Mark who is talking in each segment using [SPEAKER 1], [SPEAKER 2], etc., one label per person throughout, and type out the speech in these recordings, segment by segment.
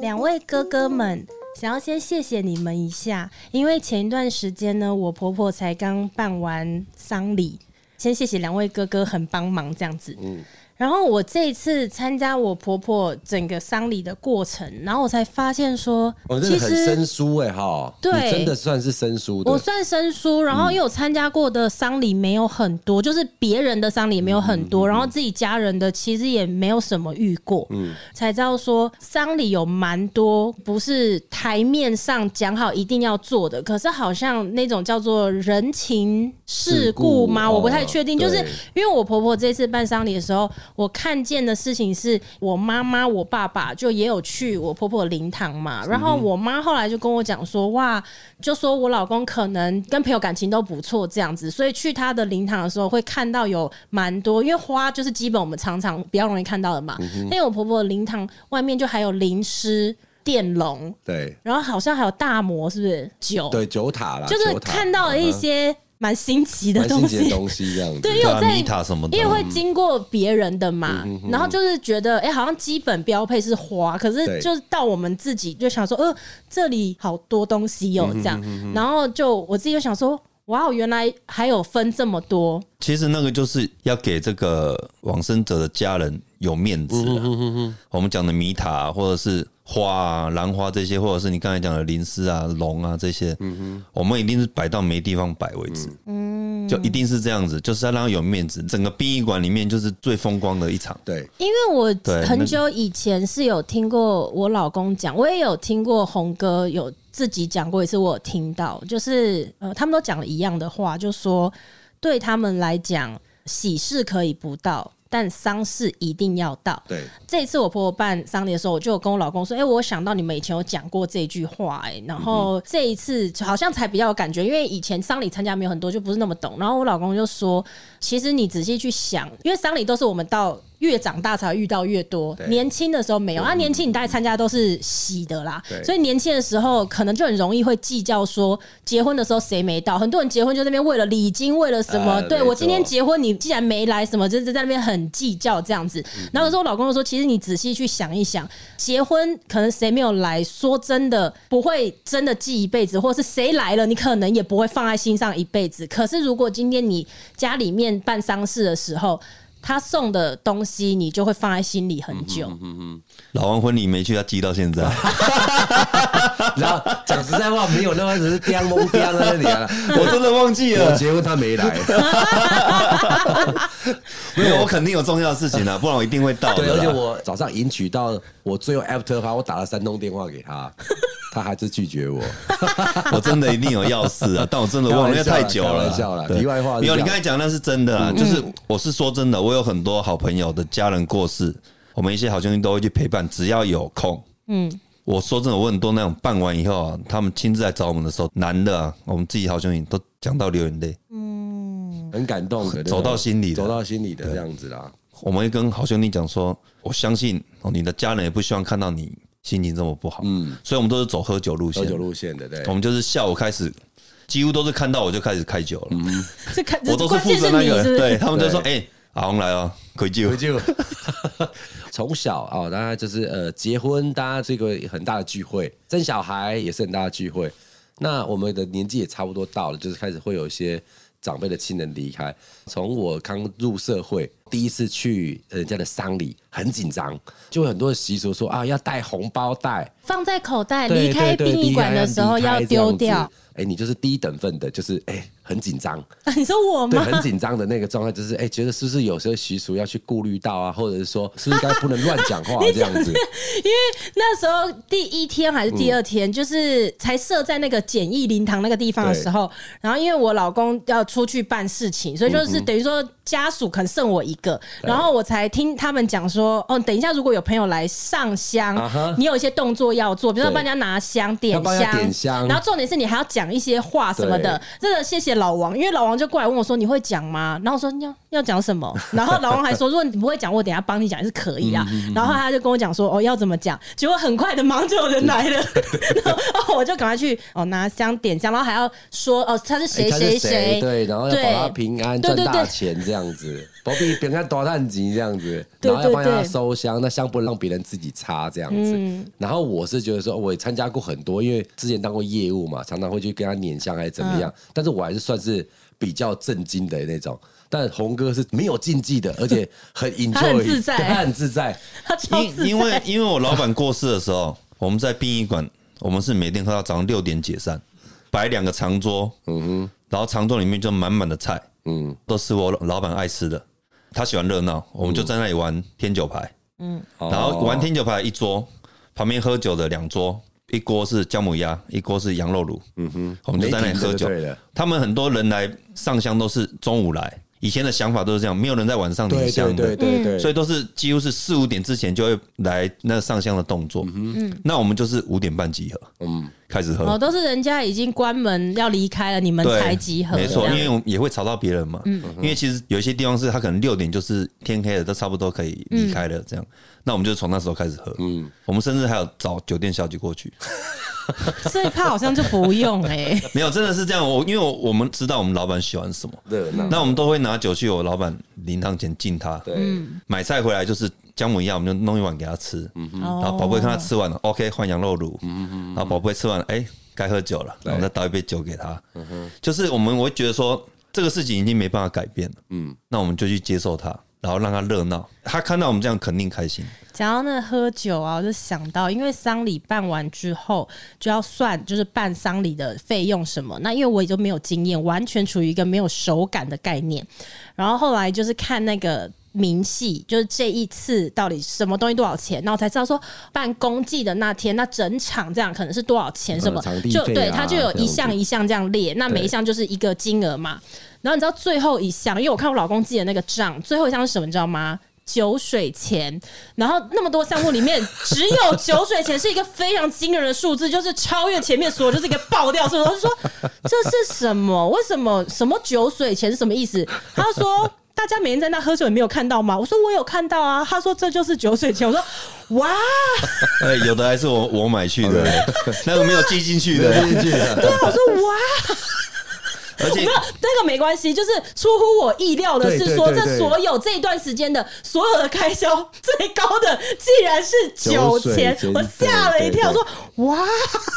[SPEAKER 1] 两位哥哥们，想要先谢谢你们一下，因为前一段时间呢，我婆婆才刚办完丧礼，先谢谢两位哥哥很帮忙这样子。嗯。然后我这一次参加我婆婆整个丧礼的过程，然后我才发现说，
[SPEAKER 2] 哦，真
[SPEAKER 1] 其
[SPEAKER 2] 的很
[SPEAKER 1] 实
[SPEAKER 2] 生疏哎哈，
[SPEAKER 1] 对
[SPEAKER 2] 你真的算是生疏
[SPEAKER 1] 我
[SPEAKER 2] 的。
[SPEAKER 1] 算生疏，然后因为我参加过的丧礼没有很多，就是别人的丧礼没有很多，然后自己家人的其实也没有什么遇过，才知道说丧礼有蛮多不是台面上讲好一定要做的，可是好像那种叫做人情世故吗？
[SPEAKER 2] 事故
[SPEAKER 1] 我不太确定，
[SPEAKER 2] 哦
[SPEAKER 1] 就是
[SPEAKER 2] 对
[SPEAKER 1] 因为我婆婆这次办丧礼的时候，我看见的事情是我妈妈、我爸爸就也有去我婆婆灵堂嘛，然后我妈后来就跟我讲说，哇，就说我老公可能跟朋友感情都不错这样子，所以去他的灵堂的时候会看到有蛮多，因为花就是基本我们常常比较容易看到的
[SPEAKER 2] 嗯
[SPEAKER 1] 嘛，因为我婆婆的灵堂外面就还有灵狮、电龙，
[SPEAKER 2] 对
[SPEAKER 1] 然后好像还有大魔，是不是酒？
[SPEAKER 2] 对，九塔啦，
[SPEAKER 1] 就是
[SPEAKER 2] 九塔
[SPEAKER 1] 看到了一
[SPEAKER 2] 嗯
[SPEAKER 1] 些蛮新奇的
[SPEAKER 2] 蛮新
[SPEAKER 1] 东
[SPEAKER 2] 奇的
[SPEAKER 1] 西。
[SPEAKER 2] 东西这样子。
[SPEAKER 1] 对，因为我
[SPEAKER 3] 对啊
[SPEAKER 1] 在
[SPEAKER 3] 米塔什么 的
[SPEAKER 1] 因为会经过别人的嘛，
[SPEAKER 2] 嗯
[SPEAKER 1] 然后就是觉得，哎、好像基本标配是花，可是
[SPEAKER 2] 对
[SPEAKER 1] 就是到我们自己就想说，呃，这里好多东西
[SPEAKER 2] 嗯
[SPEAKER 1] 哦，这样，然后就我自己就想说，哇哦，原来还有分这么多，
[SPEAKER 3] 其实那个就是要给这个往生者的家人有面子啊。我们讲的米塔、啊或者是花啊、兰花这些，或者是你刚才讲的灵丝啊、龙啊这些，我们一定是摆到没地方摆为止。就一定是这样子，就是要让他有面子。整个殡仪馆里面就是最风光的一场。
[SPEAKER 2] 对，
[SPEAKER 1] 因为我
[SPEAKER 3] 对
[SPEAKER 1] 很
[SPEAKER 3] 那
[SPEAKER 1] 久以前是有听过我老公讲，我也有听过红哥有自己讲过一次，我有听到，就是呃，他们都讲了一样的话，就说对他们来讲，喜事可以不到，但丧事一定要到。
[SPEAKER 2] 对，
[SPEAKER 1] 这一次我婆婆办丧礼的时候，我就有跟我老公说：“哎、我想到你们以前有讲过这句话、哎，然后
[SPEAKER 2] 嗯
[SPEAKER 1] 这一次好像才比较有感觉，因为以前丧礼参加没有很多，就不是那么懂。然后我老公就说：其实你仔细去想，因为丧礼都是我们到越长大才遇到越多，
[SPEAKER 2] 对
[SPEAKER 1] 年轻的时候没有啊，年轻你大概参加都是喜的啦，
[SPEAKER 2] 对
[SPEAKER 1] 所以年轻的时候可能就很容易会计较说结婚的时候谁没到，很多人结婚就在那边为了礼金，为了什么，
[SPEAKER 2] 呃
[SPEAKER 1] 对
[SPEAKER 2] 没
[SPEAKER 1] 我今天
[SPEAKER 2] 错
[SPEAKER 1] 结婚你既然没来，什么就是在那边很计较这样
[SPEAKER 3] 嗯
[SPEAKER 2] 嗯
[SPEAKER 1] 子。嗯然后说我老公就说，其实你仔细去想一想，结婚可能谁没有来，说真的不会真的记一辈子，或是谁来了，你可能也不会放在心上一辈子。可是如果今天你家里面办丧事的时候，他送的东西你就会放在心里很久。
[SPEAKER 3] 老王婚礼没去，他记到现在。
[SPEAKER 2] 然后讲实在话，没有那么只是颠蒙颠在那里 啊。
[SPEAKER 3] 我真的忘记
[SPEAKER 2] 我
[SPEAKER 3] 了，
[SPEAKER 2] 结婚他没 来，
[SPEAKER 3] 啊没有，我肯定有重要的事情啊，不然我一定会到
[SPEAKER 2] 对，而
[SPEAKER 3] 的
[SPEAKER 2] 且
[SPEAKER 3] 啦。
[SPEAKER 2] 我早上迎娶到我最后 after 趴，我打了三通电话给 他，他还是拒绝我。
[SPEAKER 3] 我真的一定有要事啊，但我真的忘了，因为太久
[SPEAKER 2] 开
[SPEAKER 3] 了
[SPEAKER 2] 玩笑啦
[SPEAKER 3] 对
[SPEAKER 2] 题外话是
[SPEAKER 3] 没有，
[SPEAKER 2] 这样嗯
[SPEAKER 3] 你刚才讲那是真的啊，就是我是说真的，我有很多好朋友的家人过世，我们一些好兄弟都会去陪伴，只要有空。
[SPEAKER 1] 嗯，
[SPEAKER 3] 我说真的，我很多那种办完以后啊，他们亲自来找我们的时候，男的啊，我们自己好兄弟都讲到流眼泪。
[SPEAKER 2] 很感动的那种，
[SPEAKER 3] 走到心里的
[SPEAKER 2] 走到心里的这样子啦。
[SPEAKER 3] 我们会跟好兄弟讲说，我相信哦，你的家人也不希望看到你心情这么不好，嗯，所以我们都是走喝酒路线
[SPEAKER 2] 喝，酒路线的，对
[SPEAKER 3] 我，们就是下午开始，几乎都是看到我就开始开酒了，
[SPEAKER 2] 嗯
[SPEAKER 1] 这看
[SPEAKER 3] 我都是
[SPEAKER 1] 关
[SPEAKER 3] 负
[SPEAKER 1] 键
[SPEAKER 3] 责
[SPEAKER 1] 是
[SPEAKER 3] 那
[SPEAKER 1] 你
[SPEAKER 3] 个，
[SPEAKER 1] 是不
[SPEAKER 3] 对
[SPEAKER 1] 是？
[SPEAKER 3] 他们就说，
[SPEAKER 2] 对
[SPEAKER 3] 哎，阿红来了，鬼酒
[SPEAKER 2] 我，就 从小啊、哦，大家就是呃，结婚，大家这个很大的聚会，生小孩也是很大的聚会。那我们的年纪也差不多到了，就是开始会有一些长辈的亲人离开。从我刚入社会，第一次去人家的丧礼，很紧张，就会很多的习俗说啊，要带红包袋，
[SPEAKER 1] 放在口袋，
[SPEAKER 2] 对
[SPEAKER 1] 离开
[SPEAKER 2] 对对
[SPEAKER 1] 殡仪馆的时候
[SPEAKER 2] 离开
[SPEAKER 1] 要
[SPEAKER 2] 这样
[SPEAKER 1] 丢
[SPEAKER 2] 子
[SPEAKER 1] 掉。
[SPEAKER 2] 哎，你就是低等份的，就是哎，很紧张。
[SPEAKER 1] 你说我
[SPEAKER 2] 对，
[SPEAKER 1] 吗？
[SPEAKER 2] 很紧张的那个状态，就是哎、觉得是不是有些习俗要去顾虑到啊，或者 是说是不是应该不能乱讲话这样子？
[SPEAKER 1] 那时候第一天还是第二天，就是才设在那个简易灵堂那个地方的时候，然后因为我老公要出去办事情，所以就是
[SPEAKER 2] 嗯
[SPEAKER 1] 等于说家属可能剩我一个，然后我才听他们讲说，哦，等一下如果有朋友来上香
[SPEAKER 2] 啊哈
[SPEAKER 1] 你有一些动作要做，比如说
[SPEAKER 2] 对
[SPEAKER 1] 帮人家拿香、
[SPEAKER 2] 要
[SPEAKER 1] 点
[SPEAKER 2] 帮人家
[SPEAKER 1] 香、
[SPEAKER 2] 点香
[SPEAKER 1] 然后重点是你还要讲一些话什么的。真的谢谢老王，因为老王就过来问我说你会讲吗？然后我说你要要讲什么？ 然后老王还说如果你不会讲，我等一下帮你讲也是可以
[SPEAKER 2] 嗯
[SPEAKER 1] 啊。然后他就跟我讲说哦要怎么讲，结果很快的忙就有人来了， 然后哦我就赶快去哦拿香点香，然后还要说哦他是谁
[SPEAKER 2] 哎他是
[SPEAKER 1] 谁谁
[SPEAKER 2] 对，然后要
[SPEAKER 1] 对
[SPEAKER 2] 保他平安
[SPEAKER 1] 对
[SPEAKER 2] 赚
[SPEAKER 1] 对
[SPEAKER 2] 大
[SPEAKER 1] 对。
[SPEAKER 2] 钱这样子，保庇平人家多探集这样子，
[SPEAKER 1] 对
[SPEAKER 2] 然后要帮
[SPEAKER 1] 对嗯
[SPEAKER 2] 人家
[SPEAKER 1] 对
[SPEAKER 2] 收香，那香不能让别人自己插这样子。然后我是觉得说，我也参加过很多，因为之前当过业务嘛，常常会去跟他捻香还是怎么样，
[SPEAKER 1] 嗯
[SPEAKER 2] 但是我还是算是比较震惊的那种。但红哥是没有禁忌的，而且很 enjoy，
[SPEAKER 1] 他很自在
[SPEAKER 2] 对他很自在。
[SPEAKER 1] 他超自
[SPEAKER 3] 因
[SPEAKER 1] 在
[SPEAKER 3] 因为因为我老板过世的时候，我们在殡仪馆，我们是每天喝到早上六点解散，摆两个长桌，嗯哼，然后长桌里面就满满的菜，嗯，都是我老板爱吃的，他喜欢热闹，我们就在那里玩天九牌，然后玩天九牌一桌，旁边喝酒的两桌，一锅是姜母鸭，一锅是羊肉卤，嗯哼，我们就在那里喝酒
[SPEAKER 2] 没停的就对了。
[SPEAKER 3] 他们很多人来上香都是中午来，以前的想法都是这样，没有人在晚上点
[SPEAKER 2] 对
[SPEAKER 3] 嗯香
[SPEAKER 2] 对
[SPEAKER 3] 的，
[SPEAKER 2] 对对对，
[SPEAKER 3] 所以都是几乎是四五点之前就会来那上香的动作。嗯，那我们就是五点半集合，嗯，开始
[SPEAKER 1] 哦，
[SPEAKER 3] 喝。
[SPEAKER 1] 都是人家已经关门要离开了，你们
[SPEAKER 3] 对，
[SPEAKER 1] 才集合，
[SPEAKER 3] 没错，
[SPEAKER 1] 这
[SPEAKER 3] 因
[SPEAKER 1] 样
[SPEAKER 3] 为我们也会吵到别人嘛。嗯，因为其实有一些地方是他可能六点就是天黑了，都差不多可以离开了，这样。那我们就从那时候开始喝。嗯，我们甚至还有找酒店小姐过去，
[SPEAKER 1] 这一趴好像就不用哎、
[SPEAKER 3] 没有，真的是这样。我因为我我们知道我们老板喜欢什么，
[SPEAKER 2] 嗯热闹。
[SPEAKER 3] 那我们都会拿酒去我老板灵堂前敬他。
[SPEAKER 2] 对，
[SPEAKER 3] 买菜回来就是姜母鸭，我们就弄一碗给他吃。然后
[SPEAKER 1] 哦
[SPEAKER 3] 宝贝看他吃完了，OK 换羊肉卤。然后宝贝吃完了，哎，该喝酒了，然后再倒一杯酒给他。就是我们我会觉得说这个事情已经没办法改变了，嗯，那我们就去接受它，然后让他热闹。他看到我们这样肯定开心。
[SPEAKER 1] 讲到那个喝酒啊，我就想到，因为丧礼办完之后就要算，就是办丧礼的费用什么。那因为我也就没有经验，完全处于一个没有手感的概念。然后后来就是看那个。明细就是这一次到底什么东西多少钱，然后才知道说办公祭的那天，那整场这样可能是多少钱什么，
[SPEAKER 2] 呃场地
[SPEAKER 1] 就
[SPEAKER 2] 费
[SPEAKER 1] 对
[SPEAKER 2] 啊
[SPEAKER 1] 他就有
[SPEAKER 2] 这
[SPEAKER 1] 一
[SPEAKER 2] 样子
[SPEAKER 1] 项一项这样列，那每一项就是一个金额嘛。然后你知道最后一项，因为我看我老公记的那个账，最后一项是什么，你知道吗？酒水钱，然后那么多项目里面，只有酒水钱是一个非常惊人的数字，就是超越前面所有，就是一个爆掉。所以我就说这是什么？为什么什么酒水钱是什么意思？他就说大家每天在那喝酒，你没有看到吗？我说我有看到啊。他说这就是酒水钱。我说哇，
[SPEAKER 3] 哎，有的还是 我我买去的，那个没有记进去的，
[SPEAKER 1] 对啊，我说哇，
[SPEAKER 3] 而且
[SPEAKER 1] 没有那个没关系，就是出乎我意料的是说，
[SPEAKER 2] 对对对
[SPEAKER 1] 这
[SPEAKER 2] 对
[SPEAKER 1] 所有这一段时间的所有的开销最高的竟然是酒钱
[SPEAKER 2] 酒水钱，
[SPEAKER 1] 我吓了一跳，
[SPEAKER 2] 对
[SPEAKER 1] 说哇，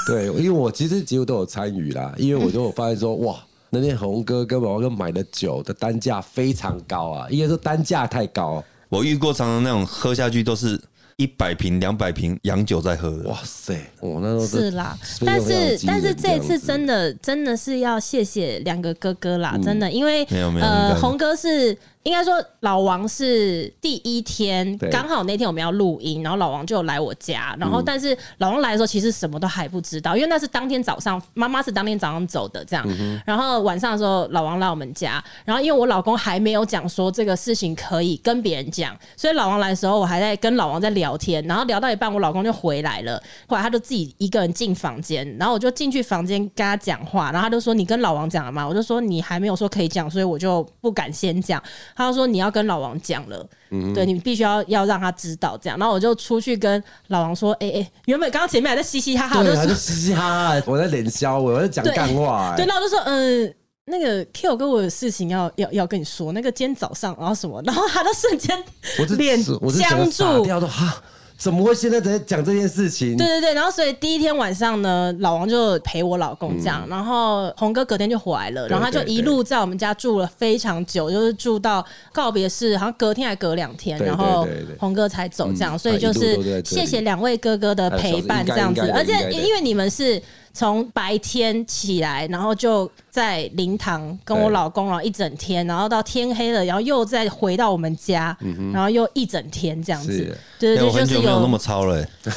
[SPEAKER 2] 对，因为我其实几乎都有参与啦，因为我就有发现说，哇，那天红哥跟毛哥买的酒的单价非常高啊，应该说单价太高，啊
[SPEAKER 3] 我遇过常常那种喝下去都是一百瓶、两百瓶洋酒在喝的。
[SPEAKER 2] 哇塞，我那时候
[SPEAKER 1] 是
[SPEAKER 2] 真
[SPEAKER 1] 啦，
[SPEAKER 2] 非常
[SPEAKER 1] 但
[SPEAKER 2] 非常
[SPEAKER 1] 是
[SPEAKER 2] 惊
[SPEAKER 1] 但是
[SPEAKER 2] 人
[SPEAKER 1] 这次
[SPEAKER 2] 样子
[SPEAKER 1] 真的真的是要谢谢两个哥哥
[SPEAKER 2] 嗯
[SPEAKER 1] 啦，真的，因为
[SPEAKER 3] 没有没有应该
[SPEAKER 1] 呃，
[SPEAKER 3] 的
[SPEAKER 1] 红哥是应该说老王是第一天，
[SPEAKER 2] 对嗯
[SPEAKER 1] 刚好那天我们要录音，然后老王就有来我家，然后但是老王来的时候其实什么都还不知道，因为那是当天早上，妈妈是当天早上走的这样，
[SPEAKER 2] 嗯
[SPEAKER 1] 然后晚上的时候老王来我们家，然后因为我老公还没有讲说这个事情可以跟别人讲，所以老王来的时候我还在跟老王在聊天，然后聊到一半我老公就回来了，后来他就自己一个人进房间，然后我就进去房间跟他讲话，然后他就说你跟老王讲了吗？我就说你还没有说可以讲，所以我就不敢先讲。他就说你要跟老王讲了，
[SPEAKER 2] 嗯
[SPEAKER 1] 对你必须要要让他知道这样。然后我就出去跟老王说，哎、哎、原本刚刚前面还在嘻嘻哈哈，我就
[SPEAKER 2] 对，他
[SPEAKER 1] 说
[SPEAKER 2] 就嘻嘻哈哈，我在脸削，我在讲
[SPEAKER 1] 对
[SPEAKER 2] 干话、哎
[SPEAKER 1] 对，那我就说，嗯，那个 Q 哥，我有事情要要要跟你说，那个今天早上，然后什么，然后他就瞬间
[SPEAKER 2] 我是
[SPEAKER 1] 脸
[SPEAKER 2] 我是整
[SPEAKER 1] 僵
[SPEAKER 2] 个傻
[SPEAKER 1] 住，
[SPEAKER 2] 掉的哈，怎么会现在在讲这件事情？
[SPEAKER 1] 对对对，然后所以第一天晚上呢，老王就陪我老公这样，然后红哥隔天就回来了，然后他就
[SPEAKER 2] 嗯对
[SPEAKER 1] 一路在我们家住了非常久，就是住到告别式，好像隔天还隔两天，
[SPEAKER 2] 对
[SPEAKER 1] 然后
[SPEAKER 2] 对对对
[SPEAKER 1] 红哥才走这样，
[SPEAKER 2] 嗯
[SPEAKER 1] 所以就
[SPEAKER 2] 他一路
[SPEAKER 1] 是
[SPEAKER 2] 都在这里
[SPEAKER 1] 谢谢两位哥哥的陪伴这样子，
[SPEAKER 2] 哎小
[SPEAKER 1] 而
[SPEAKER 2] 子应该应该
[SPEAKER 1] 且
[SPEAKER 2] 的
[SPEAKER 1] 因为你们是。从白天起来，然后就在灵堂跟我
[SPEAKER 2] 对
[SPEAKER 1] 老公，然后一整天，然后到天黑了，然后又再回到我们家，然后又一整天这样子
[SPEAKER 2] 嗯是。
[SPEAKER 1] 对
[SPEAKER 3] 哎
[SPEAKER 1] 对
[SPEAKER 3] 我
[SPEAKER 1] 对，
[SPEAKER 3] 很
[SPEAKER 1] 就是
[SPEAKER 3] 久没有那么超了、 欸。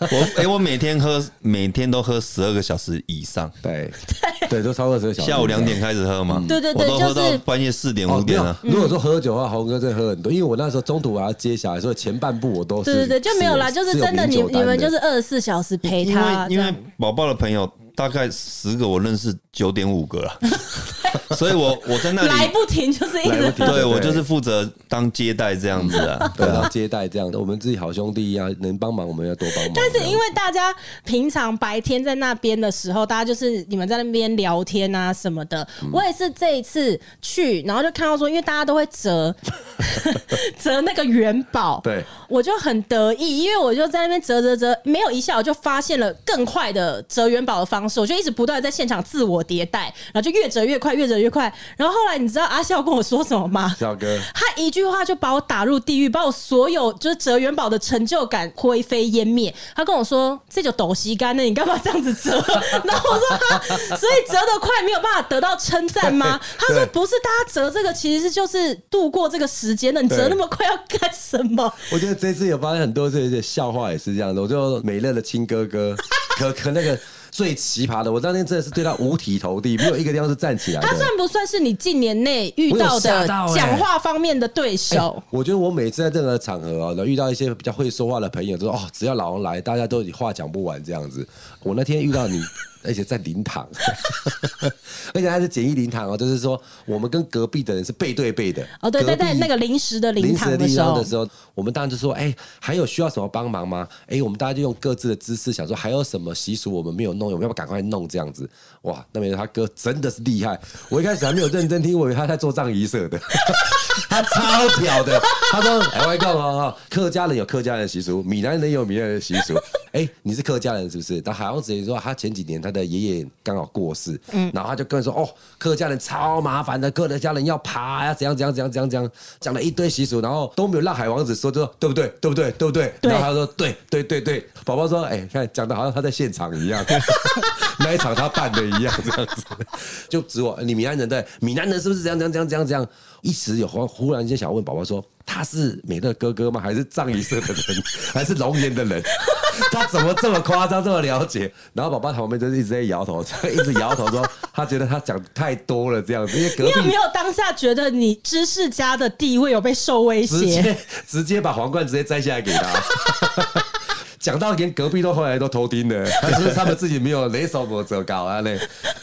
[SPEAKER 3] 我哎、我每天喝，每天都喝十二个小时以上，
[SPEAKER 2] 对对都超过十个小时。
[SPEAKER 3] 下午两点开始喝嘛。
[SPEAKER 1] 对对对
[SPEAKER 3] 我都喝
[SPEAKER 1] 就是
[SPEAKER 3] 到半夜四点
[SPEAKER 2] 哦
[SPEAKER 3] 五
[SPEAKER 2] 没
[SPEAKER 3] 点
[SPEAKER 2] 有
[SPEAKER 3] 啊。
[SPEAKER 2] 如果说喝酒的话，红哥真的喝很多，因为我那时候中途我要接小孩，所以前半部我都是
[SPEAKER 1] 对对对，就没有啦，就是真的，你
[SPEAKER 2] 有名酒
[SPEAKER 1] 你
[SPEAKER 2] 单
[SPEAKER 1] 们
[SPEAKER 2] 的
[SPEAKER 1] 就是二十四小时陪
[SPEAKER 3] 因
[SPEAKER 1] 他，
[SPEAKER 3] 为因
[SPEAKER 1] 这
[SPEAKER 3] 为
[SPEAKER 1] 样
[SPEAKER 3] 宝宝的朋友大概十个我认识九点五个 了，所以我我在那
[SPEAKER 1] 来
[SPEAKER 3] 里，
[SPEAKER 1] 不停就是一
[SPEAKER 2] 来
[SPEAKER 1] 直
[SPEAKER 2] 不停
[SPEAKER 3] 对我
[SPEAKER 2] 对
[SPEAKER 3] 就是负责当接待这样子啊，
[SPEAKER 2] 对，然后接待这样，我们自己好兄弟一样，能帮忙我们要多帮忙。
[SPEAKER 1] 但 是因为大家平常白天在那边的时候，大家就是你们在那边聊天啊什么的。
[SPEAKER 2] 嗯
[SPEAKER 1] 我也是这一次去，然后就看到说，因为大家都会折 折那个元宝，
[SPEAKER 2] 对，
[SPEAKER 1] 我就很得意，因为我就在那边折折折，没有一下我就发现了更快的折元宝的方式，我就一直不断地在现场自我迭代，然后就越折越快，越折越快。然后后来你知道阿笑跟我说什么吗？
[SPEAKER 2] 小哥，
[SPEAKER 1] 他一句话就把我打入地狱，把我所有就是折元宝的成就感灰飞烟灭。他跟我说：“这就抖吸干了，你干嘛这样子 折？”然后我说：“哈，所以折得快没有办法得到称赞吗？”他说：“不是，大家折这个其实就是度过这个时间的，你折那么快要干什么？”
[SPEAKER 2] 我觉得这次有发现很多这些笑话也是这样的。我就美乐的亲 哥哥，可可那个最奇葩的，我当天真的是对他五体投地，没有一个地方是站起来的。
[SPEAKER 1] 他算不算是你近年内遇到
[SPEAKER 2] 我
[SPEAKER 1] 的
[SPEAKER 2] 有吓到欸
[SPEAKER 1] 讲话方面的对手？
[SPEAKER 2] 我觉得我每次在任何场合啊，然后遇到一些比较会说话的朋友，就说哦，只要老王来，大家都有话讲不完这样子。我那天遇到你， 而且在灵堂， 而且还是简易灵堂哦，就是说我们跟隔壁的人是背对背的。
[SPEAKER 1] 哦，对，
[SPEAKER 2] 隔
[SPEAKER 1] 在
[SPEAKER 2] 壁
[SPEAKER 1] 在那个临时的灵
[SPEAKER 2] 临时
[SPEAKER 1] 堂
[SPEAKER 2] 地
[SPEAKER 1] 时
[SPEAKER 2] 方
[SPEAKER 1] 候
[SPEAKER 2] 的，时候，我们当然就说，哎、还有需要什么帮忙吗？哎、我们大家就用各自的姿势想说，还有什么习俗我们没有弄，我们要不要赶快弄这样子？哇，那边他哥真的是厉害，我一开始还没有认真听，我以为他在做葬仪社的， 他超屌的。他说， 哎、外公哦，客家人有客家人的习俗，闽南人有闽南人的习俗。 哎、你是客家人是不是？他好像直接说，他前几年他的爷爷刚好过世，然后他就跟人说，哦，客家人超麻烦的，客家人要爬呀，怎样怎样怎样怎样怎样，讲了一堆习俗，然后都没有让海王子说，就说对不对，对不对，对不对？
[SPEAKER 1] 对
[SPEAKER 2] 然后他说对对对对，宝宝说，哎、看讲的好像他在现场一样，那一场他办的一样，这样子，就指我你闽南人对，闽南人是不是怎样怎样怎样怎样怎样？一时有忽忽然间想问宝宝说，他是美乐哥哥吗？还是藏仪社的人？ 还是龙岩的人？他怎么这么夸张，这么了解？然后宝宝旁边就是一直在摇头， 一直摇头说他觉得他讲太多了这样子，因为隔
[SPEAKER 1] 你有
[SPEAKER 2] 壁
[SPEAKER 1] 没有当下觉得你知识家的地位有被受威
[SPEAKER 2] 直
[SPEAKER 1] 胁？
[SPEAKER 2] 接直接把皇冠直接摘下来给他。 讲到连隔壁都后来都偷听了，他是他们自己没有雷手没折高啊嘞，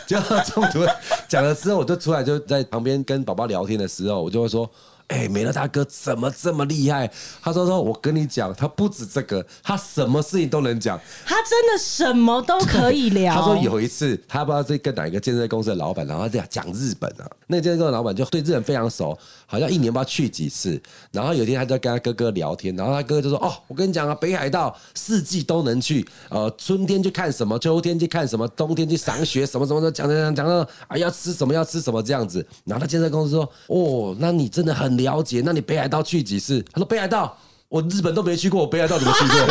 [SPEAKER 2] 就中途讲了之后，我就出来就在旁边跟宝宝聊天的时候，我就会说。哎、美乐大哥怎么这么厉害？他说说，我跟你讲，他不止这个，他什么事情都能讲。
[SPEAKER 1] 他真的什么都可以聊。
[SPEAKER 2] 他说有一次，他不知道是跟哪一个健身公司的老板，然后他在讲日本啊，那个健身公司的老板就对日本非常熟，好像一年不知道去几次。然后有一天他就跟他哥哥聊天，然后他哥哥就说：“哦，我跟你讲啊，北海道四季都能去，呃，春天去看什么，秋天去看什么，冬天去赏雪，什么什么的，讲讲讲讲到啊，要吃什么要吃什么这样子。”然后他健身公司说：“哦，那你真的很了解，那你北海道去几次？”他说：“北海道。”我日本都没去过，我北海道怎么去过？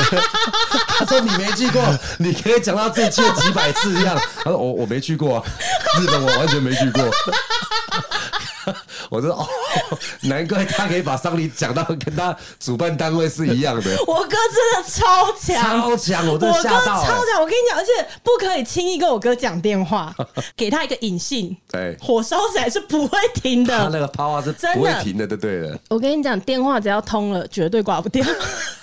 [SPEAKER 2] 他说你没去过，你可以讲到自己去了几百次一样。他说我我没去过啊，日本我完全没去过。我说哦，难怪他可以把丧礼讲到跟他主办单位是一样的，
[SPEAKER 1] 我哥真的超强，
[SPEAKER 2] 超强，我
[SPEAKER 1] 我
[SPEAKER 2] 真
[SPEAKER 1] 哥
[SPEAKER 2] 的
[SPEAKER 1] 超
[SPEAKER 2] 吓到、欸。
[SPEAKER 1] 强，我跟你讲，而且不可以轻易跟我哥讲电 话，给他一个隐性，
[SPEAKER 2] 对
[SPEAKER 1] 火烧起来是不会停
[SPEAKER 2] 他
[SPEAKER 1] 的。
[SPEAKER 2] 那个抛啊是不会停的，就对了。
[SPEAKER 1] 我跟你讲，电话只要通了，绝对挂不 掉。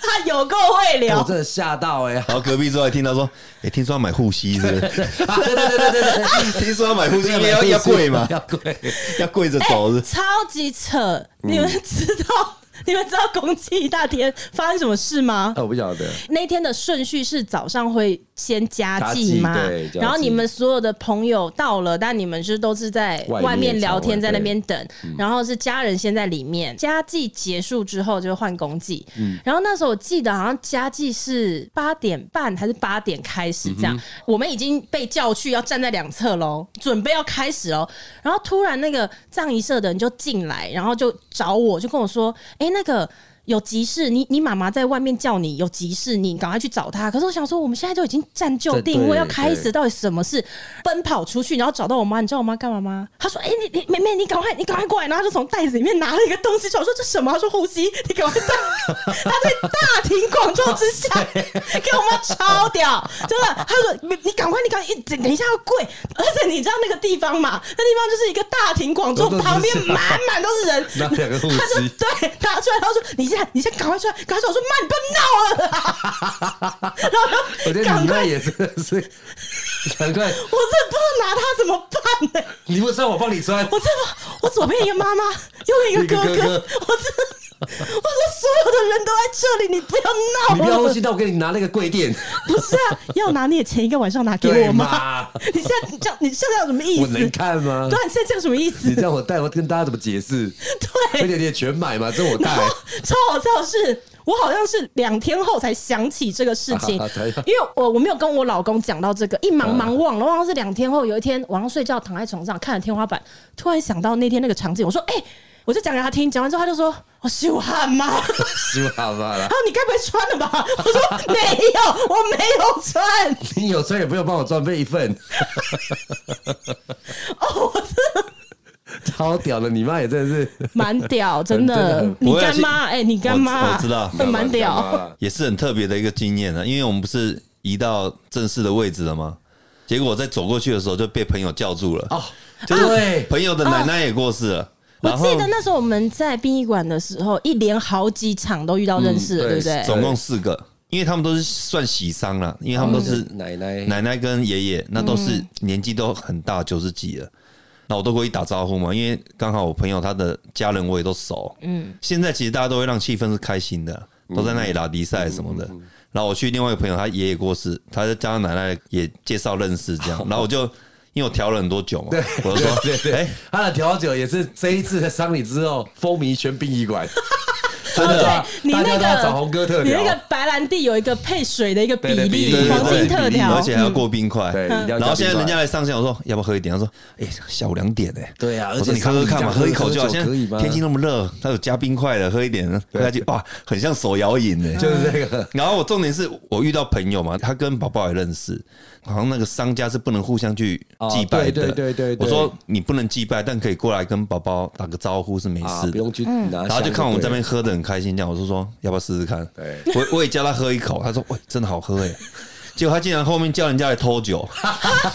[SPEAKER 1] 他有够会
[SPEAKER 2] 我
[SPEAKER 1] 聊，
[SPEAKER 2] 真的吓到哎、欸！
[SPEAKER 3] 然后隔壁之后还听到说，哎，听说要买护膝是不是？
[SPEAKER 2] 啊对对对对对对，啊
[SPEAKER 3] 听说要买护膝，因为要要跪嘛，
[SPEAKER 2] 要跪。
[SPEAKER 3] 要跪着走是不是。
[SPEAKER 1] 超级扯！你
[SPEAKER 2] 嗯
[SPEAKER 1] 们知道， 你们知道公祭一大天发生什么事吗？
[SPEAKER 2] 啊，我不晓得，
[SPEAKER 1] 那天的顺序是早上会先加祭嘛
[SPEAKER 2] 加祭对，
[SPEAKER 1] 然后
[SPEAKER 2] 加祭
[SPEAKER 1] 你们所有的朋友到了，但你们是都是在
[SPEAKER 2] 外面
[SPEAKER 1] 外面聊天，
[SPEAKER 2] 才
[SPEAKER 1] 在
[SPEAKER 2] 会
[SPEAKER 1] 那边等，然后是家人先在里面。加祭结束之后就换公祭，然后那时候我记得好像加祭是八点半还是八点开始这样，我们已经被叫去要站在两侧喽，准备要开始喽，然后突然那个藏仪社的人就进来，然后就找我，就跟我说：“哎、那个。”有急事，你你妈妈在外面叫你有急事，你赶快去找她。可是我想说，我们现在就已经占就
[SPEAKER 2] 对
[SPEAKER 1] 定位，
[SPEAKER 2] 对
[SPEAKER 1] 要开始，
[SPEAKER 2] 对
[SPEAKER 1] 到底什么事？奔跑出去，然后找到我妈，你知道我妈干嘛吗？她说：“哎、你你妹妹，你赶快，你赶快过来！”然后她就从袋子里面拿了一个东西出来，我说：“这什么？”她说：“呼吸，你赶快带。”她在大庭广众之 下给我妈超屌，真的。她说：“你你赶快，你赶快，等等一下要跪。”而且你知道那个地方嘛？那地方就是一个大庭广众，
[SPEAKER 2] 都是
[SPEAKER 1] 旁边
[SPEAKER 2] 是啊
[SPEAKER 1] 满满都是人，
[SPEAKER 2] 拿两个护
[SPEAKER 1] 他就
[SPEAKER 2] 膝。
[SPEAKER 1] 对拿出来，他说：“你现下来，你先赶快出来，赶快出来！”我说：“妈，你不要闹了啦！”
[SPEAKER 2] 我觉得
[SPEAKER 1] 赶
[SPEAKER 2] 你那
[SPEAKER 1] 快
[SPEAKER 2] 也真的是，难怪
[SPEAKER 1] 我真的不知道拿他怎么办呢、
[SPEAKER 2] 你不穿我帮你穿，
[SPEAKER 1] 我这我左边一个妈 妈，右边一个哥哥，
[SPEAKER 2] 一个哥哥
[SPEAKER 1] 我这我这所有的人都在这里，你不要
[SPEAKER 2] 你不要
[SPEAKER 1] 闹
[SPEAKER 2] 忘
[SPEAKER 1] 了。
[SPEAKER 2] 记，那我给你拿那个贵店，
[SPEAKER 1] 不是啊，要拿你的钱一个晚上拿给
[SPEAKER 2] 对
[SPEAKER 1] 我吗？
[SPEAKER 2] 吗？
[SPEAKER 1] 你现在这样，你现在有什么意
[SPEAKER 2] 我
[SPEAKER 1] 思？
[SPEAKER 2] 能看吗？
[SPEAKER 1] 对，你现在这样什么意思
[SPEAKER 2] 你？让我带，我跟大家怎么 解释？而
[SPEAKER 1] 对，
[SPEAKER 2] 且你也全买嘛，这我带
[SPEAKER 1] 然。后 超好笑的是，我好像是两天后才想起这个事情
[SPEAKER 2] 啊对，
[SPEAKER 1] 因为我我没有跟我老公讲到这个，一忙忙忘了，忘了是两天后有一天晚上睡觉躺在床上看着天花板，突然想到那天那个场景，我说：“哎、我就讲给他听。”讲完之后他就说：“哦我羞汗 吗？”
[SPEAKER 2] 是吧？吧啦
[SPEAKER 1] 他，说：“你该不会穿了吧？”我说：“没有，我没有 穿。”
[SPEAKER 2] 你有穿也不用帮我装备一份。
[SPEAKER 1] 哦，我真的
[SPEAKER 2] 超屌的，你妈也真的是
[SPEAKER 1] 蛮屌，真
[SPEAKER 2] 真的
[SPEAKER 1] 的
[SPEAKER 2] 很。
[SPEAKER 1] 你
[SPEAKER 3] 我也
[SPEAKER 1] 干
[SPEAKER 3] 是
[SPEAKER 1] 妈？哎，你干妈？
[SPEAKER 3] 我知道
[SPEAKER 1] 嗯蛮
[SPEAKER 2] 干嘛
[SPEAKER 1] 屌。
[SPEAKER 2] 啦
[SPEAKER 3] 也是很特别的一个经验啊，因为我们不是移到正式的位置了吗？结果我在走过去的时候就被朋友叫住了，
[SPEAKER 1] 啊
[SPEAKER 2] 哦，
[SPEAKER 3] 就是
[SPEAKER 2] 对，
[SPEAKER 3] 朋友的奶奶也过世了，
[SPEAKER 1] 哦我
[SPEAKER 3] 然后
[SPEAKER 1] 记得那时候我们在殡仪馆的时候，一连好几场都遇到认识的，
[SPEAKER 2] 嗯
[SPEAKER 1] 对不
[SPEAKER 2] 对
[SPEAKER 1] 对？
[SPEAKER 3] 总共四个，因为他们都是算喜丧了，因为他们都是
[SPEAKER 1] 嗯
[SPEAKER 2] 奶奶
[SPEAKER 3] 奶奶跟爷爷，那都是年纪都很大，九十几了。那我都会打招呼嘛，因为刚好我朋友他的家人我也都熟。嗯，现在其实大家都会让气氛是开心的，
[SPEAKER 2] 嗯
[SPEAKER 3] 都在那里打比赛什么的。然后我去另外一个朋友，他爷爷过世，他家奶奶也介绍认识 这样。然后我就因为我调了很多酒嘛，我就说，
[SPEAKER 2] 对对
[SPEAKER 3] 哎
[SPEAKER 2] 对，他的调酒也是这一次的丧礼之后风靡全殡仪 馆，真的
[SPEAKER 1] 对
[SPEAKER 2] 啊，
[SPEAKER 1] 你
[SPEAKER 2] 大
[SPEAKER 1] 那
[SPEAKER 2] 家都要找红哥
[SPEAKER 1] 个
[SPEAKER 2] 特
[SPEAKER 1] 你
[SPEAKER 2] 调
[SPEAKER 1] 那，个白兰地有一个配水的一个比
[SPEAKER 2] 对对比例
[SPEAKER 1] 例，
[SPEAKER 2] 对
[SPEAKER 1] 黄金特
[SPEAKER 2] 对
[SPEAKER 1] 调，
[SPEAKER 3] 而且还要过冰块。
[SPEAKER 2] 嗯对，一定要
[SPEAKER 3] 然后现在
[SPEAKER 2] 加冰块
[SPEAKER 3] 人家来上线，我说要不要喝一点？他说：“哎、下午两点哎、
[SPEAKER 2] 对啊而
[SPEAKER 3] 我
[SPEAKER 2] 且
[SPEAKER 3] 说你喝喝看嘛，
[SPEAKER 2] 上午
[SPEAKER 3] 喝一口就好。
[SPEAKER 2] 喝酒
[SPEAKER 3] 现
[SPEAKER 2] 可以
[SPEAKER 3] 在
[SPEAKER 2] 吗
[SPEAKER 3] 天气那么热，他有加冰块的，喝一点喝下去，哇，很像手摇饮哎。
[SPEAKER 2] 就是这个，
[SPEAKER 3] 然后我重点是我遇到朋友嘛，他跟宝宝也认识，好像那个商家是不能互相去
[SPEAKER 2] 哦
[SPEAKER 3] 祭拜
[SPEAKER 2] 对
[SPEAKER 3] 的。
[SPEAKER 2] 对对对对
[SPEAKER 3] 我说你不能祭拜，但可以过来跟宝宝打个招呼是没
[SPEAKER 2] 啊
[SPEAKER 3] 事，
[SPEAKER 2] 不
[SPEAKER 3] 的。
[SPEAKER 2] 用去
[SPEAKER 1] 嗯
[SPEAKER 2] 拿，
[SPEAKER 3] 然后就看我们这边，喝的很开心，这样我就说要不要试试看？
[SPEAKER 2] 对
[SPEAKER 3] 我我也叫他喝一口，他说喂，真的好喝哎、 结果他竟然后面叫人家来偷酒，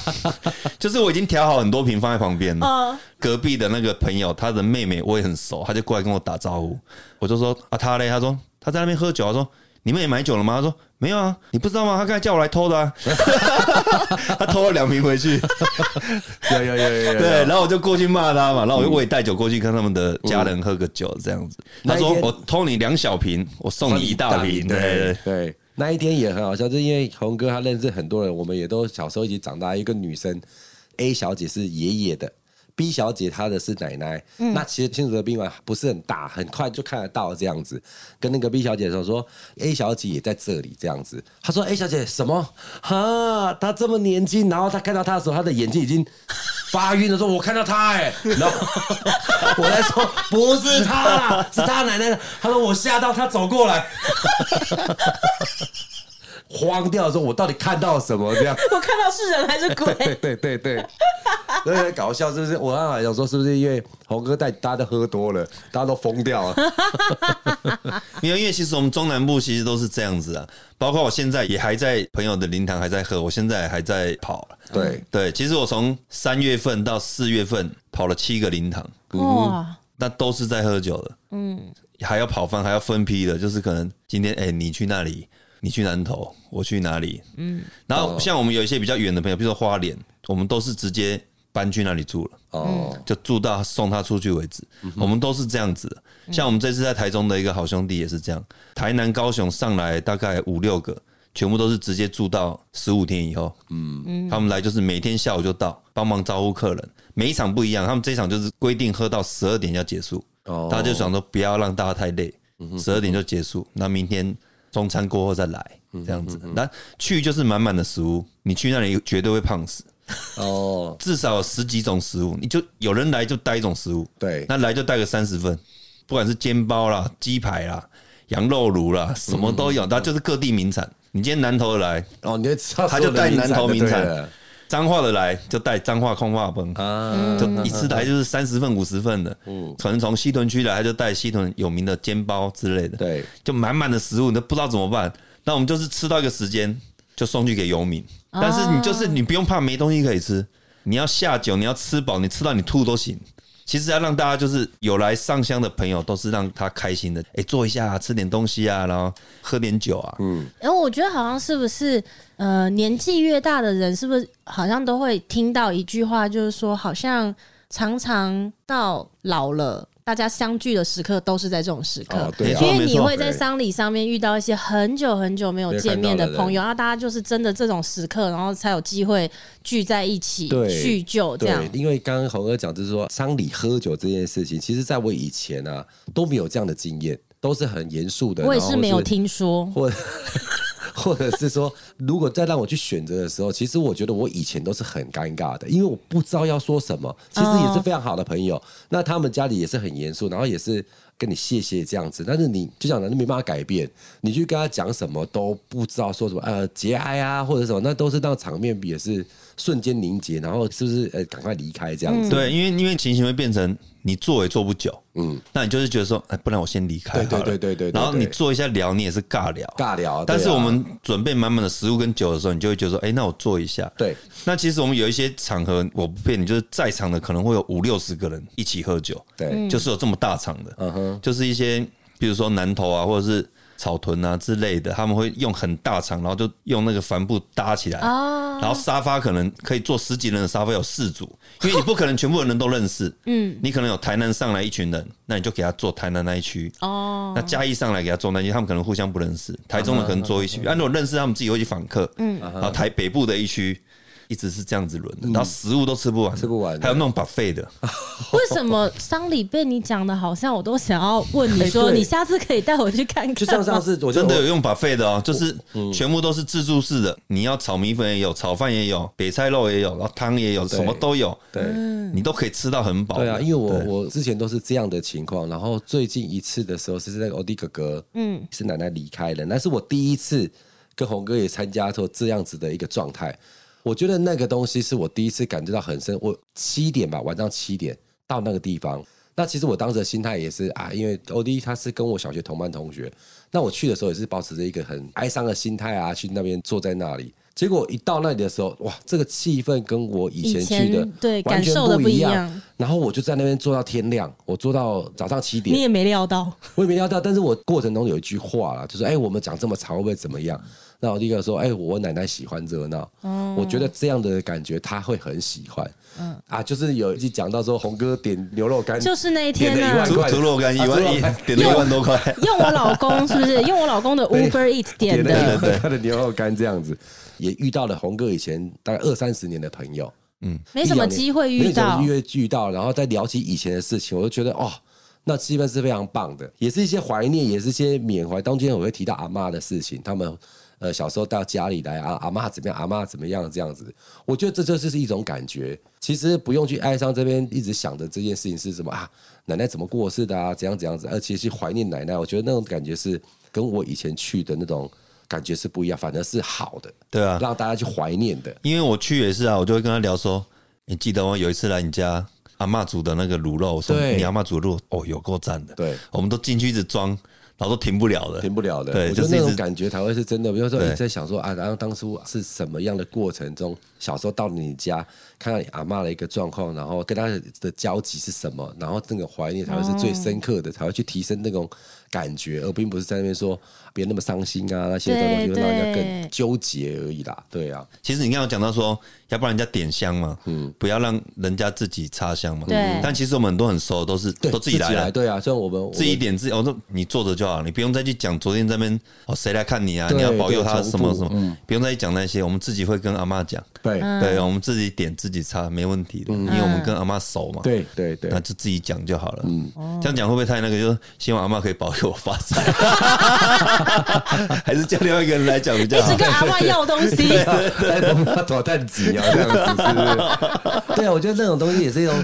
[SPEAKER 3] 就是我已经调好很多瓶放在旁边了。
[SPEAKER 1] 嗯
[SPEAKER 3] 隔壁的那个朋友，他的妹妹我也很熟，他就过来跟我打招呼，我就说啊他嘞，他说他在那边喝酒，啊他说你们也买酒了吗？他说没有啊，你不知道吗？他刚才叫我来偷的、啊， 他偷了两瓶回去。
[SPEAKER 2] 有有有有有，
[SPEAKER 3] 对，啊然后我就过去骂他嘛，然后我就我也带酒过去跟他们的家人喝个酒这样子。
[SPEAKER 2] 那
[SPEAKER 3] 他
[SPEAKER 2] 一
[SPEAKER 3] 说
[SPEAKER 2] 天
[SPEAKER 3] 我偷你两小瓶，我送你一大瓶。对
[SPEAKER 2] 对
[SPEAKER 3] 对
[SPEAKER 2] 对。那一天也很好笑，就是因为红哥他认识很多人，我们也都小时候一起长大。一个女生 A 小姐是爷爷的，B 小姐她的是奶奶。那其实新竹的宾馆不是很大，很快就看得到这样子。跟那个 B 小姐说说 A 小姐也在这里这样子，她说 A 小姐什么哈，她这么年轻，然后她看到她的时候，她的眼睛已经发晕了，说我看到她哎、然后我在说不是她啦，是她奶奶的。她说我吓到，她走过来。慌掉的时候，我到底看到什么？这样，
[SPEAKER 1] 我看到是人还是
[SPEAKER 2] 对
[SPEAKER 1] 鬼？
[SPEAKER 2] 对对对，有点搞笑，是不是？我刚才想说，是不是因为红哥带大家都喝多了，大家都疯掉 了？
[SPEAKER 3] 没有，因为其实我们中南部其实都是这样子啊，包括我现在也还在朋友的灵堂还在喝，我现在还在跑。啊
[SPEAKER 2] 对，
[SPEAKER 3] 对，其实我从三月份到四月份跑了七个灵堂，
[SPEAKER 1] 哇！
[SPEAKER 3] 那都是在喝酒的。嗯，还要跑饭，还要分批的，就是可能今天哎、你去那里，你去南投，我去哪里。嗯，然后像我们有一些比较远的朋友，比如说花莲，我们都是直接搬去那里住了。
[SPEAKER 1] 嗯
[SPEAKER 2] 哦，
[SPEAKER 3] 就住到送他出去为止。我们都是这样子的，像我们这次在台中的一个好兄弟也是这样，台南、高雄上来大概五六个，全部都是直接住到十五天以后。嗯，他们来就是每天下午就到，帮忙招呼客人。每一场不一样，他们这一场就是规定喝到十二点要结束，
[SPEAKER 2] 哦
[SPEAKER 3] 大家就想说不要让大家太累，十二点就结束。那明天中餐过后再来，这样子。那去就是满满的食物，你去那里绝对会胖死。
[SPEAKER 2] 哦，
[SPEAKER 3] 至少有十几种食物，你就有人来就带一种食物，
[SPEAKER 2] 对
[SPEAKER 3] 那来就带个三十份，不管是煎包啦、鸡排啦、羊肉炉啦，什么都
[SPEAKER 2] 嗯
[SPEAKER 3] 有，它就是各地名产。你今天南投的来，
[SPEAKER 2] 哦，你就知道
[SPEAKER 3] 他就带南投名
[SPEAKER 2] 对
[SPEAKER 3] 产
[SPEAKER 2] 了，
[SPEAKER 3] 彰化的来就带彰化空化崩，
[SPEAKER 1] 嗯
[SPEAKER 2] 啊，嗯
[SPEAKER 3] 就一次来就是三十份、五十份的。可能从西屯区来，他就带西屯有名的煎包之类的，
[SPEAKER 2] 对，
[SPEAKER 3] 就满满的食物，你都不知道怎么办。那我们就是吃到一个时间就送去给游民，但是你就是你不用怕没东西可以吃，你要下酒，你要吃饱，你吃到你吐都行。其实要让大家就是有来上香的朋友，都是让他开心的。哎、坐一下、啊，吃点东西啊，然后喝点酒啊。
[SPEAKER 2] 嗯
[SPEAKER 1] 然后我觉得好像是不是呃，年纪越大的人，是不是好像都会听到一句话，就是说，好像常常到老了。大家相聚的时刻都是在这种时刻，
[SPEAKER 2] 哦对啊
[SPEAKER 1] 因为
[SPEAKER 3] 没
[SPEAKER 1] 你
[SPEAKER 3] 错
[SPEAKER 1] 会在丧礼上面遇到一些很久很久没有见面的朋友，然后大家就是真的这种时刻，然后才有机会聚在一起
[SPEAKER 2] 对
[SPEAKER 1] 叙旧哦这
[SPEAKER 2] 对
[SPEAKER 1] 样。，
[SPEAKER 2] 因为刚刚红哥讲，就是说丧礼喝酒这件事情，其实在我以前啊都没有这样的经验，都是很严肃的。
[SPEAKER 1] 我也
[SPEAKER 2] 然后
[SPEAKER 1] 是没有听说，
[SPEAKER 2] 或 或者是说，如果再让我去选择的时候，其实我觉得我以前都是很尴尬的，因为我不知道要说什么。其实也是非常好的朋友，那他们家里也是很严肃，然后也是跟你谢谢这样子，但是你就讲的你没办法改变，你去跟他讲什么都不知道说什么，呃，节哀啊或者什么，那都是让场面也是瞬间凝结，然后是不是呃赶快离开这样子？
[SPEAKER 3] 对，因为因为情形会变成你坐也坐不久，嗯，那你就是觉得说，哎，不然我先离开好了，
[SPEAKER 2] 对对对对对对
[SPEAKER 3] 然后你坐一下聊，你也是尬聊，
[SPEAKER 2] 尬聊对啊
[SPEAKER 3] 但是我们准备满满的食物跟酒的时候，你就会觉得说，哎，那我坐一下。
[SPEAKER 2] 对，啊
[SPEAKER 3] 那其实我们有一些场合，我不骗你，就是在场的可能会有五六十个人一起喝酒，
[SPEAKER 2] 对，
[SPEAKER 3] 就是有这么大场的，
[SPEAKER 2] 嗯哼，
[SPEAKER 3] 就是一些比如说南头啊，或者是草屯啊之类的，他们会用很大场，然后就用那个帆布搭起来，然后沙发可能可以坐十几人的沙发有四组，因为你不可能全部的人都认识，嗯，你可能有台南上来一群人，那你就给他坐台南那一区，
[SPEAKER 1] 哦，
[SPEAKER 3] 那嘉义上来给他坐那一区，他们可能互相不认识，台中的可能坐一区，按照认识他们自己会去访客，嗯，然后台北部的一区。一直是这样子轮的，然后食物都吃不完，
[SPEAKER 2] 吃不完
[SPEAKER 3] 还有那种 buffet 的，
[SPEAKER 1] 为什么丧礼被你讲的好像我都想要问你
[SPEAKER 2] 哎
[SPEAKER 1] 说，
[SPEAKER 2] 对
[SPEAKER 1] 你下次可以带我去看看？
[SPEAKER 2] 就像上次 我就嗯
[SPEAKER 3] 真的有用 buffet 的哦，就是全部都是自助式的，你要炒米粉也有，炒饭也有，北菜肉也有，然后汤也有，
[SPEAKER 2] 对
[SPEAKER 3] 什么都有，
[SPEAKER 2] 对。
[SPEAKER 3] 你都可以吃到很饱的。
[SPEAKER 2] 对啊，因为我
[SPEAKER 3] 对
[SPEAKER 2] 我之前都是这样的情况，然后最近一次的时候是那个欧弟哥哥，嗯，是奶奶离开了，那是我第一次跟红哥也参加做这样子的一个状态。我觉得那个东西是我第一次感觉到很深。我七点吧，晚上七点到那个地方，那其实我当时的心态也是啊，因为欧弟他是跟我小学同班同学，那我去的时候也是保持着一个很哀伤的心态啊，去那边坐在那里。结果一到那里的时候，哇，这个气氛跟我以前
[SPEAKER 1] 以
[SPEAKER 2] 去的
[SPEAKER 1] 前对
[SPEAKER 2] 完全
[SPEAKER 1] 感受的
[SPEAKER 2] 不
[SPEAKER 1] 不一
[SPEAKER 2] 样
[SPEAKER 1] 样。
[SPEAKER 2] 然后我就在那边坐到天亮，我坐到早上七
[SPEAKER 1] 你
[SPEAKER 2] 点，
[SPEAKER 1] 也没料 到，
[SPEAKER 2] 我也没料到。但是我过程中有一句话啦，就是哎、我们讲这么长会不会怎么样？那我立刻说，哎、我奶奶喜欢热闹，
[SPEAKER 1] 哦
[SPEAKER 2] 我觉得这样的感觉她会很喜欢。啊，就是有一集讲到说，红哥点牛肉干，
[SPEAKER 1] 嗯就是那一
[SPEAKER 2] 点
[SPEAKER 1] 天
[SPEAKER 2] 了一
[SPEAKER 1] 啊
[SPEAKER 2] 万，块
[SPEAKER 3] 猪猪肉干一
[SPEAKER 2] 啊猪
[SPEAKER 3] 万
[SPEAKER 2] 肉
[SPEAKER 3] 一
[SPEAKER 2] 干
[SPEAKER 3] 点了一万多块，
[SPEAKER 1] 用我老公是不 是？用我老公的 Uber Eat 点
[SPEAKER 2] 了
[SPEAKER 1] 的，
[SPEAKER 2] 一块他的牛肉干这样子，也遇到了红哥以前大概二三十年的朋友。
[SPEAKER 1] 没什么机会遇到
[SPEAKER 2] 没。什么机会遇到，然后再聊起以前的事情，我就觉得哦，那气氛是非常棒的，也是一些怀念，也是一些缅怀。当天我会提到阿妈的事情，他们呃小时候到家里来啊，阿妈怎么样，阿妈怎么样这样子，我觉得这就是一种感觉。其实不用去哀伤这边一直想着这件事情是什么啊，奶奶怎么过世的啊，怎样怎样子，而且去怀念奶奶，我觉得那种感觉是跟我以前去的那种感觉是不一样，反而是好的，
[SPEAKER 3] 对啊。
[SPEAKER 2] 让大家去怀念的。
[SPEAKER 3] 因为我去也是啊，我就会跟他聊说，你记得吗？有一次来你家。阿嬷煮的那个卤肉，我说
[SPEAKER 2] 对
[SPEAKER 3] 你阿嬷煮的卤肉哦，有够赞的。
[SPEAKER 2] 对，
[SPEAKER 3] 我们都进去一直装，然后都停不了的。
[SPEAKER 2] 停不了的。
[SPEAKER 3] 对
[SPEAKER 2] 我觉得
[SPEAKER 3] 就是一
[SPEAKER 2] 那种
[SPEAKER 3] 直
[SPEAKER 2] 感觉才会是真的。比如说
[SPEAKER 3] 对
[SPEAKER 2] 你在想说啊，然后当初是什么样的过程中，小时候到你家看到你阿嬷的一个状况，然后跟她的交集是什么，然后那个怀念才会是最深刻的，
[SPEAKER 1] 嗯
[SPEAKER 2] 才会去提升那种感觉，而并不是在那边说别人那么伤心啊那些东
[SPEAKER 1] 对
[SPEAKER 2] 西，会让人家
[SPEAKER 1] 对
[SPEAKER 2] 更纠结而已啦。对啊，
[SPEAKER 3] 其实你刚刚有讲到说，要不然人家点香嘛，
[SPEAKER 2] 嗯
[SPEAKER 3] 不要让人家自己插香嘛。
[SPEAKER 1] 对
[SPEAKER 3] 但其实我们很多很熟的都是
[SPEAKER 2] 对，
[SPEAKER 3] 都自己来的，
[SPEAKER 2] 对啊，虽然我们
[SPEAKER 3] 自己点自己，我说你坐着就好，你不用再去讲昨天这边哦谁来看你啊，
[SPEAKER 2] 对
[SPEAKER 3] 你要保佑他
[SPEAKER 2] 对
[SPEAKER 3] 什么
[SPEAKER 2] 重
[SPEAKER 3] 什
[SPEAKER 2] 复嗯
[SPEAKER 3] 么，不用再去讲那些，我们自己会跟阿妈讲，
[SPEAKER 2] 对
[SPEAKER 1] 嗯
[SPEAKER 2] 嗯
[SPEAKER 3] 对，我们自己点自己插，没问题的，因为我们跟阿妈熟嘛，，
[SPEAKER 2] 对对对嗯
[SPEAKER 3] 那，就自己讲就好了。这样讲会不会太那个？就是希望阿妈可以保佑我发财， 还是叫另外一个人来讲比较
[SPEAKER 1] 一直
[SPEAKER 3] 好？
[SPEAKER 1] 跟阿妈要东西，
[SPEAKER 2] 来躲蛋鸡啊，这样子是不 是？对啊，我觉得那种东西也是一种。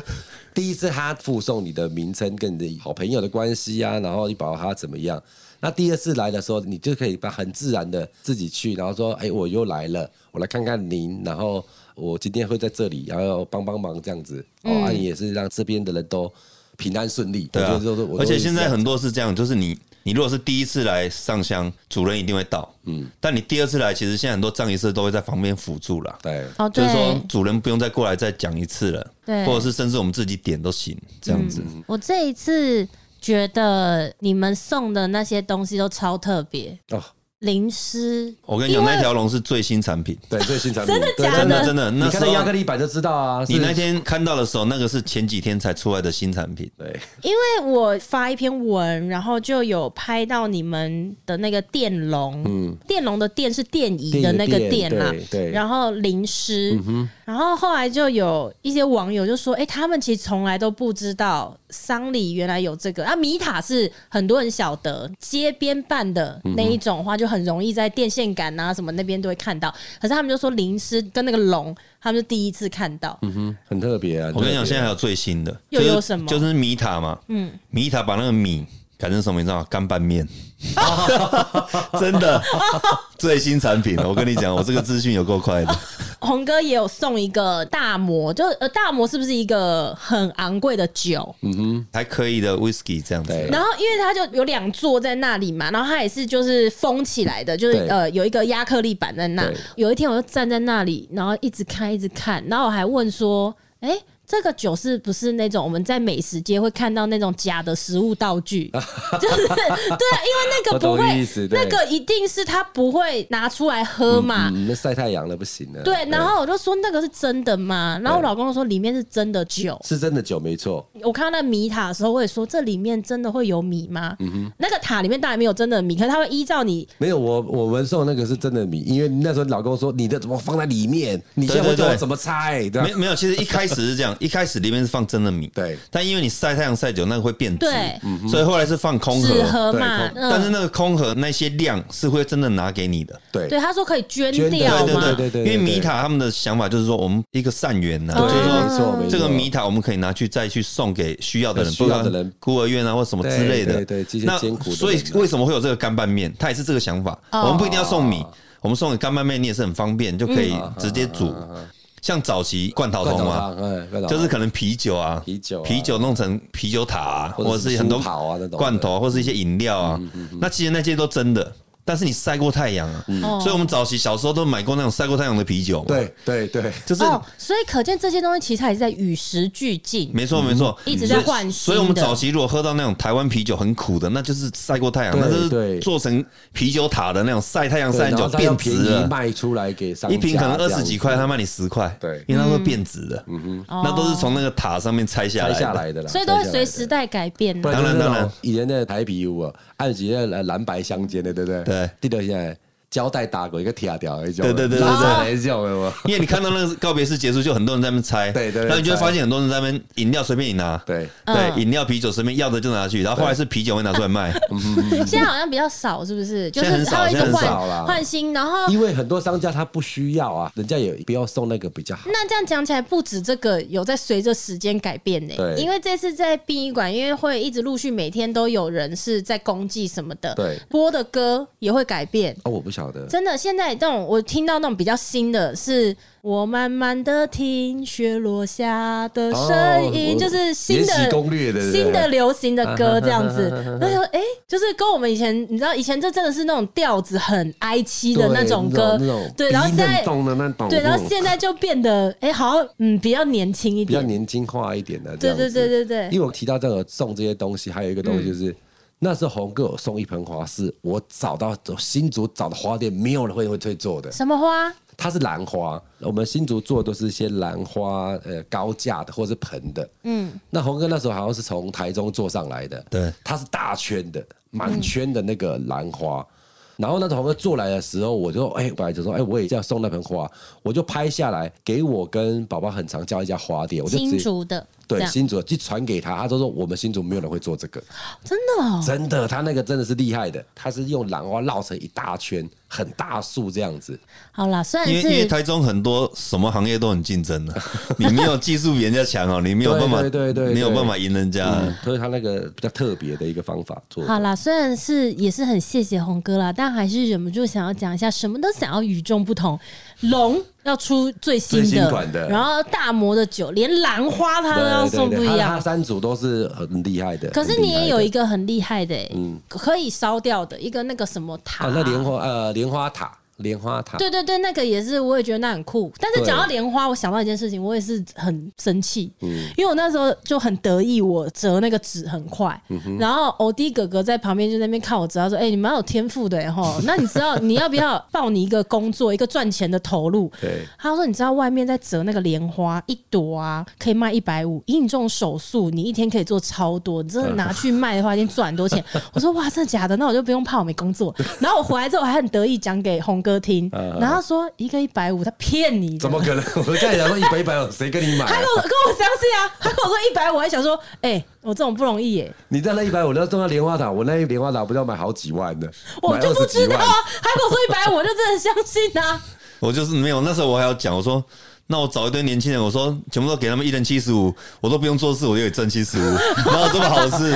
[SPEAKER 2] 第一次他附送你的名称跟你的好朋友的关系啊，然后你保他怎么样？那第二次来的时候，你就可以把很自然的自己去，然后说：“哎、我又来了，我来看看您。”然后我今天会在这里，然后帮帮忙这样子。哦，啊，你也是让这边的人都平安顺利。
[SPEAKER 3] 对
[SPEAKER 2] 我
[SPEAKER 3] 啊
[SPEAKER 2] 觉得就是，我
[SPEAKER 3] 而且
[SPEAKER 2] 都是
[SPEAKER 3] 现
[SPEAKER 2] 这
[SPEAKER 3] 在
[SPEAKER 2] 样
[SPEAKER 3] 很多是这样，就是你你如果是第一次来上香，主人一定会到，嗯，但你第二次来，其实现在很多葬仪社都会在旁边辅助啦。
[SPEAKER 2] 对，
[SPEAKER 1] 哦，
[SPEAKER 3] 就
[SPEAKER 1] 对
[SPEAKER 3] 是，说主人不用再过来再讲一次了，
[SPEAKER 1] 对
[SPEAKER 3] 或者是甚至我们自己点都行，这样
[SPEAKER 2] 嗯
[SPEAKER 3] 子。
[SPEAKER 1] 我这一次觉得你们送的那些东西都超特别，
[SPEAKER 2] 哦，
[SPEAKER 1] 零食。
[SPEAKER 3] 我跟你讲，那条龙是最新产品，
[SPEAKER 2] 对，最新产品，
[SPEAKER 1] 真的
[SPEAKER 2] 对
[SPEAKER 1] 假的
[SPEAKER 3] 真的真的，
[SPEAKER 2] 你
[SPEAKER 3] 那时
[SPEAKER 2] 看那
[SPEAKER 3] 候
[SPEAKER 2] 亚克力板就知道啊，是
[SPEAKER 3] 你那天看到的时候，那个是前几天才出来的新产品，
[SPEAKER 2] 对，
[SPEAKER 1] 因为我发一篇文，然后就有拍到你们的那个电龙，电龙的电是电椅的那个电啦
[SPEAKER 2] 嗯电椅的电，对对嗯
[SPEAKER 1] 然后淋湿，然后后来就有一些网友就说，哎、他们其实从来都不知道丧礼原来有这个啊，米塔是很多人晓得，街边办的那一种话，就很容易在电线杆啊什么那边都会看到，可是他们就说淋湿跟那个龙，他们就第一次看到，
[SPEAKER 2] 嗯，很特别啊。
[SPEAKER 3] 我跟你讲，
[SPEAKER 2] 很特别
[SPEAKER 3] 现在还有最新的，
[SPEAKER 1] 又
[SPEAKER 3] 就是
[SPEAKER 1] 有什么
[SPEAKER 3] 就是米塔嘛，嗯，米塔把那个米改成什么，你知道吗？干 拌面，真的最新产品。我跟你讲，我这个资讯有够快 的，
[SPEAKER 1] 红哥也有送一个大魔，就呃大魔是不是一个很昂贵的酒？
[SPEAKER 3] 还可以的 whisky 这样
[SPEAKER 2] 对
[SPEAKER 3] 子。
[SPEAKER 1] 然后因为它就有两座在那里嘛，然后它也是就是封起来的，就是
[SPEAKER 2] 对
[SPEAKER 1] 呃有一个亚克力板在那
[SPEAKER 2] 对。
[SPEAKER 1] 有一天我就站在那里，然后一直看一直看，然后我还问说，哎、这个酒是不是那种我们在美食街会看到那种假的食物道具？ 就是对啊，因为那个不
[SPEAKER 2] 我懂你意
[SPEAKER 1] 会
[SPEAKER 2] 思，对
[SPEAKER 1] 那个一定是他不会拿出来喝嘛。
[SPEAKER 2] 嗯，那晒太阳了不行的。
[SPEAKER 1] 对，然后我就说那个是真的吗？然后我老公就说里面是真的酒。
[SPEAKER 2] 是真的酒没错，
[SPEAKER 3] 嗯
[SPEAKER 1] 我看到那米塔的时候，我也说这里面真的会有米吗？
[SPEAKER 3] 嗯
[SPEAKER 1] 那个塔里面当然没有真的米，可是它会依照你
[SPEAKER 2] 没有我我们送那个是真的米，因为那时候老公说你的怎么放在里面，你现在
[SPEAKER 3] 对对
[SPEAKER 2] 会怎么
[SPEAKER 3] 对
[SPEAKER 2] 怎么拆？对吧
[SPEAKER 3] 没没有，其实一开始 是这样，一开始里面是放真的米，
[SPEAKER 2] 对嗯
[SPEAKER 3] 但因为你晒太阳晒久，那个会变质
[SPEAKER 1] 对，
[SPEAKER 3] 所以后来是放空
[SPEAKER 1] 纸
[SPEAKER 3] 盒。
[SPEAKER 1] 盒
[SPEAKER 2] 对
[SPEAKER 1] 嘛。
[SPEAKER 2] 空
[SPEAKER 3] 嗯但是
[SPEAKER 1] 嗯，
[SPEAKER 3] 那个空盒那些量是会真的拿给你的，
[SPEAKER 2] 对
[SPEAKER 1] 对，他说可以捐
[SPEAKER 2] 捐的
[SPEAKER 1] 掉
[SPEAKER 3] 对
[SPEAKER 1] 嘛。
[SPEAKER 3] 对
[SPEAKER 2] 对对
[SPEAKER 3] 对对，
[SPEAKER 2] 对
[SPEAKER 3] 因为米塔他们的想法就是说，我们一个善缘呐，
[SPEAKER 2] 对，
[SPEAKER 3] 就是说
[SPEAKER 2] 没错没错，
[SPEAKER 3] 这个米塔我们可以拿去再去送给需要的人，
[SPEAKER 2] 哦呃需要的人
[SPEAKER 3] 不管孤儿院啊或什么之类的。
[SPEAKER 2] 对对对这些
[SPEAKER 3] 那
[SPEAKER 2] 艰苦的人啊
[SPEAKER 3] 所以为什么会有这个干拌面？它也是这个想法。
[SPEAKER 1] 哦
[SPEAKER 3] 我们不一定要送米，我们送给干拌面，你也是很方便，就可以
[SPEAKER 2] 嗯
[SPEAKER 3] 直接煮。像早期罐头
[SPEAKER 2] 罐
[SPEAKER 3] 桶
[SPEAKER 2] 头
[SPEAKER 3] 啊，
[SPEAKER 2] 汤，嗯，罐头
[SPEAKER 3] 就是
[SPEAKER 2] 汤
[SPEAKER 3] 可能啤酒啊，
[SPEAKER 2] 啤酒啊
[SPEAKER 3] 啤酒弄成啤酒塔啊，
[SPEAKER 2] 或者
[SPEAKER 3] 或者
[SPEAKER 2] 是
[SPEAKER 3] 是很多
[SPEAKER 2] 酥跑啊那种的嗯
[SPEAKER 3] 罐头啊，或是一些饮料啊。那其实那些都真的，但是你晒过太阳啊，所以我们早期小时候都买过那种晒过太阳的啤酒嘛。，
[SPEAKER 2] 嗯对对对，
[SPEAKER 3] 就是
[SPEAKER 1] 哦，所以可见这些东西其实还是在与时俱进。
[SPEAKER 3] 没错没错，
[SPEAKER 1] 嗯一直在换新的
[SPEAKER 3] 所以所以我们早期如果喝到那种台湾啤酒很苦的，那就是晒过太阳，
[SPEAKER 2] 对
[SPEAKER 3] 那就
[SPEAKER 2] 对
[SPEAKER 3] 是做成啤酒塔的那种晒太阳
[SPEAKER 2] 对
[SPEAKER 3] 晒很
[SPEAKER 2] 然
[SPEAKER 3] 久
[SPEAKER 2] 后它要
[SPEAKER 3] 变
[SPEAKER 2] 便
[SPEAKER 3] 质
[SPEAKER 2] 宜
[SPEAKER 3] 了。
[SPEAKER 2] 卖出来给商家，
[SPEAKER 3] 一瓶可能二十几块，
[SPEAKER 2] 这
[SPEAKER 3] 他
[SPEAKER 2] 样子
[SPEAKER 3] 卖你十块，
[SPEAKER 2] 对嗯
[SPEAKER 3] 因为它会变质的，
[SPEAKER 1] 哦
[SPEAKER 3] 那都是从那个塔上面拆下
[SPEAKER 2] 拆
[SPEAKER 3] 来的。
[SPEAKER 2] 下来的啦，
[SPEAKER 1] 所以都会
[SPEAKER 2] 拆下来
[SPEAKER 1] 随
[SPEAKER 2] 的
[SPEAKER 1] 时代改变啊
[SPEAKER 2] 不
[SPEAKER 1] 的。
[SPEAKER 2] 然就是
[SPEAKER 3] 当
[SPEAKER 2] 那种
[SPEAKER 3] 然当然
[SPEAKER 2] 以前那个台啤舞啊，按几那蓝蓝白相间的，对不对？
[SPEAKER 3] 对，
[SPEAKER 2] 地头现在胶带打过一个铁条那种，
[SPEAKER 3] 对对对对
[SPEAKER 2] 拉下来那种有没有
[SPEAKER 3] 因为你看到那个告别式结束，就很多人在那边拆，
[SPEAKER 2] 对对对
[SPEAKER 3] 然后你就会发现很多人在那边饮料随便你拿，
[SPEAKER 2] 对
[SPEAKER 1] 嗯
[SPEAKER 3] 对，饮料啤酒随便要的就拿去，然后后来是啤酒会拿出 来卖，
[SPEAKER 1] 现在好像比较少，是不是？就
[SPEAKER 3] 现在
[SPEAKER 1] 是
[SPEAKER 3] 很
[SPEAKER 1] 他
[SPEAKER 3] 少
[SPEAKER 1] 会一直
[SPEAKER 3] 现在很
[SPEAKER 2] 少啦
[SPEAKER 1] 换换新，然后
[SPEAKER 2] 因为很多商家他不需要啊，人家也不要送那个比较好。
[SPEAKER 1] 那这样讲起来，不止这个有在随着时间改变呢、
[SPEAKER 2] 对
[SPEAKER 1] 因为这次在殡仪馆，因为会一直陆续每天都有人是在公祭什么的，
[SPEAKER 2] 对
[SPEAKER 1] 播的歌也会改变。
[SPEAKER 2] 哦，我不晓得，
[SPEAKER 1] 真的，现在这种我听到那种比较新的是，我慢慢的听雪落下的声音，
[SPEAKER 2] 哦
[SPEAKER 1] 就是新
[SPEAKER 2] 延
[SPEAKER 1] 的
[SPEAKER 2] 禧攻略的对不对
[SPEAKER 1] 新的流行的歌这样 子。那就哎、就是跟我们以前，你知道以前这真的是那种调子很哀戚的那种歌
[SPEAKER 2] 对那种，
[SPEAKER 1] 对，然后现在
[SPEAKER 2] 逼弄的那种，
[SPEAKER 1] 对，然后现在就变得哎、好像嗯比较年轻一
[SPEAKER 2] 哦比较
[SPEAKER 1] 点，
[SPEAKER 2] 年轻化一点的，这
[SPEAKER 1] 对
[SPEAKER 2] 样
[SPEAKER 1] 对
[SPEAKER 2] 子
[SPEAKER 1] 对对对，嗯
[SPEAKER 2] 因为我提到这个送这些东西，还有一个东西就是。那时候红哥有送一盆花，是我找到新竹找的花店，没有人会会会做的。
[SPEAKER 1] 什么花？
[SPEAKER 2] 它是兰花，我们新竹做的都是一些兰花，呃，高架的或是盆的。嗯，那红哥那时候好像是从台中做上来的，
[SPEAKER 3] 对
[SPEAKER 2] 它是大圈的，满圈的那个兰花。然后那时候红哥做来的时候，我就哎、本来就说哎、我也要送那盆花，我就拍下来给我跟宝宝很常叫一家花店，我就直
[SPEAKER 1] 新
[SPEAKER 2] 接
[SPEAKER 1] 竹的，这
[SPEAKER 2] 对
[SPEAKER 1] 样
[SPEAKER 2] 新竹就传给他，他就说我们新竹没有人会做这个，
[SPEAKER 1] 真的哦、
[SPEAKER 2] 真的，他那个真的是厉害的，他是用兰花绕成一大圈，很大束这样子。
[SPEAKER 1] 好啦，虽然
[SPEAKER 3] 因为因为
[SPEAKER 1] 是
[SPEAKER 3] 台中很多什么行业都很竞争的， 你没有技术比人家强哦，你没有办法，
[SPEAKER 2] 对对对对对
[SPEAKER 3] 没有办法赢人家，啊
[SPEAKER 2] 嗯，所以他那个比较特别的一个方法做的。
[SPEAKER 1] 好啦，虽然是也是很谢谢红哥啦，但还是忍不住想要讲一下，什么都想要与众不同。龙要出最新
[SPEAKER 2] 最新
[SPEAKER 1] 的，
[SPEAKER 2] 款的
[SPEAKER 1] 然后大摩的酒，连兰花它都要
[SPEAKER 2] 对对
[SPEAKER 1] 送
[SPEAKER 2] 对
[SPEAKER 1] 不一
[SPEAKER 2] 他
[SPEAKER 1] 样
[SPEAKER 2] 他。三组都是很厉害的。
[SPEAKER 1] 可是你也有一
[SPEAKER 2] 个
[SPEAKER 1] 个很厉害的、欸，可以烧掉的一个那个什么塔，
[SPEAKER 2] 嗯啊，那莲花呃莲花塔，莲花塔，
[SPEAKER 1] 对对对，那个也是，我也觉得那很酷。但是
[SPEAKER 2] 对
[SPEAKER 1] 讲到莲花，我想到一件事情，我也是很生气，
[SPEAKER 2] 嗯
[SPEAKER 1] 因为我那时候就很得意，我折那个纸很快，
[SPEAKER 2] 嗯
[SPEAKER 1] 然后欧弟哥哥在旁边就在那边看我折，他说：“哎、你蛮有天赋的哈，那你知道你要不要报你一个工作，一个赚钱的投入？”
[SPEAKER 2] 对
[SPEAKER 1] 他说：“你知道外面在折那个莲花一朵啊，可以卖一百五，以你这种手速，你一天可以做超多，你真的拿去卖的话，一天赚很 多钱。”我说：“哇，真的假的？那我就不用怕我没工作。”然后我回来之后，我还很得意讲给红哥 听，然后他说：“一个一百五，他骗你的。”
[SPEAKER 2] 嗯怎么可能？我在想说一百一百，谁跟你买啊
[SPEAKER 1] 他？跟我跟我相信啊，他跟我说一百，我还想说，哎、我这种不容易耶、
[SPEAKER 2] 你在那一百五，那送到莲花塔，我那一莲花塔不是要买好几万的，
[SPEAKER 1] 我
[SPEAKER 2] 买
[SPEAKER 1] 就
[SPEAKER 2] 二
[SPEAKER 1] 不
[SPEAKER 2] 十几
[SPEAKER 1] 知道
[SPEAKER 2] 万。
[SPEAKER 1] 啊。他跟我说一百，我就真的相信啊。
[SPEAKER 3] 我就是没有，那时候我还要讲，我说那我找一堆年轻人，我说全部都给他们一人七十五，我都不用做事，我就可以挣 七十五，哪有这么好事？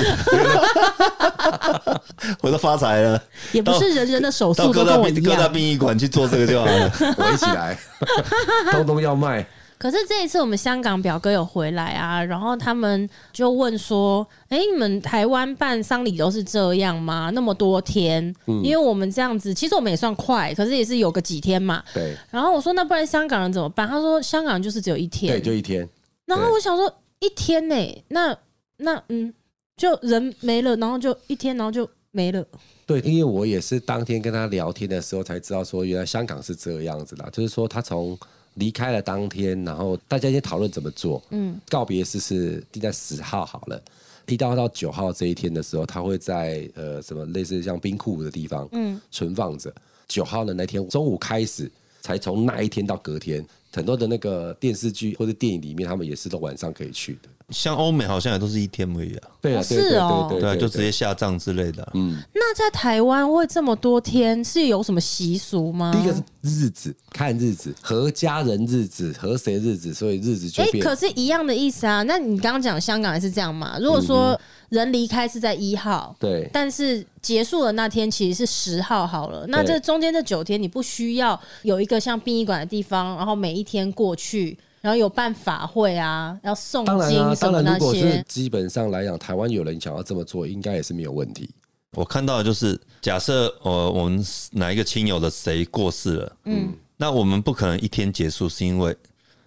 [SPEAKER 3] 我都发财 了，
[SPEAKER 1] 也不是人人的手
[SPEAKER 3] 到
[SPEAKER 1] 速
[SPEAKER 3] 各
[SPEAKER 1] 都
[SPEAKER 3] 大
[SPEAKER 1] 跟我
[SPEAKER 3] 殡
[SPEAKER 1] 一
[SPEAKER 3] 各大
[SPEAKER 1] 样。
[SPEAKER 3] 殡仪馆去做这个就好 了。
[SPEAKER 2] 围起来， 通通要卖。
[SPEAKER 1] 可是这一次我们香港表哥有回来啊，然后他们就问说：“哎、你们台湾办丧礼都是这样吗？那么多天？
[SPEAKER 2] 嗯
[SPEAKER 1] 因为我们这样子，其实我们也算快，可是也是有个几天嘛。”
[SPEAKER 2] 对
[SPEAKER 1] 然后我说：“那不然香港人怎么办？”他说：“香港人就是只有一天。
[SPEAKER 2] 对，就一天。
[SPEAKER 1] 然后我想说一天呢、那那嗯，就人没了，然后就一天，然后就没了。
[SPEAKER 2] 对，因为我也是当天跟他聊天的时候才知道，说原来香港是这样子的，就是说他从离开了当天，然后大家先讨论怎么做。嗯，告别式是定在十号好了，一到到九号这一天的时候，他会在呃什么类似像冰库的地方，嗯，存放着。九号的那天中午开始，才从那一天到隔天，很多的那个电视剧或者电影里面，他们也是都晚上可以去的。
[SPEAKER 3] 像欧美好像也都是一天而已啊，
[SPEAKER 2] 对啊，
[SPEAKER 1] 哦
[SPEAKER 2] 对对
[SPEAKER 1] 是哦
[SPEAKER 2] 对
[SPEAKER 3] 对啊，
[SPEAKER 2] 对，
[SPEAKER 3] 就直接下葬之类的啊、
[SPEAKER 1] 那在台湾会这么多天，是有什么习俗吗？
[SPEAKER 2] 第一个是日子，看日子，和家人日子，和谁日子，所以日子就
[SPEAKER 1] 哎、
[SPEAKER 2] 变。
[SPEAKER 1] 可是一样的意思啊。那你刚刚讲香港也是这样嘛？如果说人离开是在一号，
[SPEAKER 2] 嗯对
[SPEAKER 1] 但是结束的那天其实是十号好了。那
[SPEAKER 2] 对
[SPEAKER 1] 这中间这九天，你不需要有一个像殡仪馆的地方，然后每一天过去，然后有办法会啊，要诵
[SPEAKER 2] 当然啊
[SPEAKER 1] 经，什
[SPEAKER 2] 当
[SPEAKER 1] 么
[SPEAKER 2] 然，
[SPEAKER 1] 那
[SPEAKER 2] 如果是
[SPEAKER 1] 些。
[SPEAKER 2] 基本上来讲，台湾有人想要这么做，应该也是没有问题。
[SPEAKER 3] 我看到的就是，假设呃我们哪一个亲友的谁过世了，嗯，那我们不可能一天结束，是因为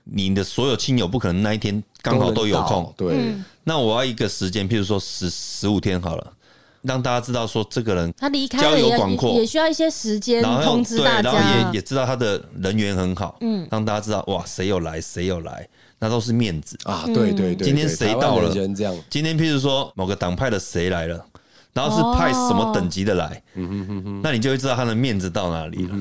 [SPEAKER 3] 你的所有亲友不可能那一天刚好都有
[SPEAKER 2] 能
[SPEAKER 3] 空
[SPEAKER 2] 到，对，
[SPEAKER 1] 嗯
[SPEAKER 3] 那我要一个时间，譬如说十十五天好了，让大家知道说这个人，
[SPEAKER 1] 他离开了
[SPEAKER 3] 交
[SPEAKER 1] 也
[SPEAKER 3] 友广阔
[SPEAKER 1] 也也需要一些时间
[SPEAKER 3] 然后
[SPEAKER 1] 通知
[SPEAKER 3] 对，
[SPEAKER 1] 大
[SPEAKER 3] 然后
[SPEAKER 1] 家
[SPEAKER 3] 也也。知道他的人缘很好，嗯，让大家知道哇，谁有来，谁有来，那都是面子。
[SPEAKER 2] 啊，对对对，
[SPEAKER 3] 今天
[SPEAKER 2] 对
[SPEAKER 3] 谁
[SPEAKER 2] 台湾
[SPEAKER 3] 到
[SPEAKER 2] 有
[SPEAKER 3] 了
[SPEAKER 2] 人这样，
[SPEAKER 3] 今天譬如说某个党派的谁来了，然后是派什么等级的来，那你就会知道他的面子到哪里了。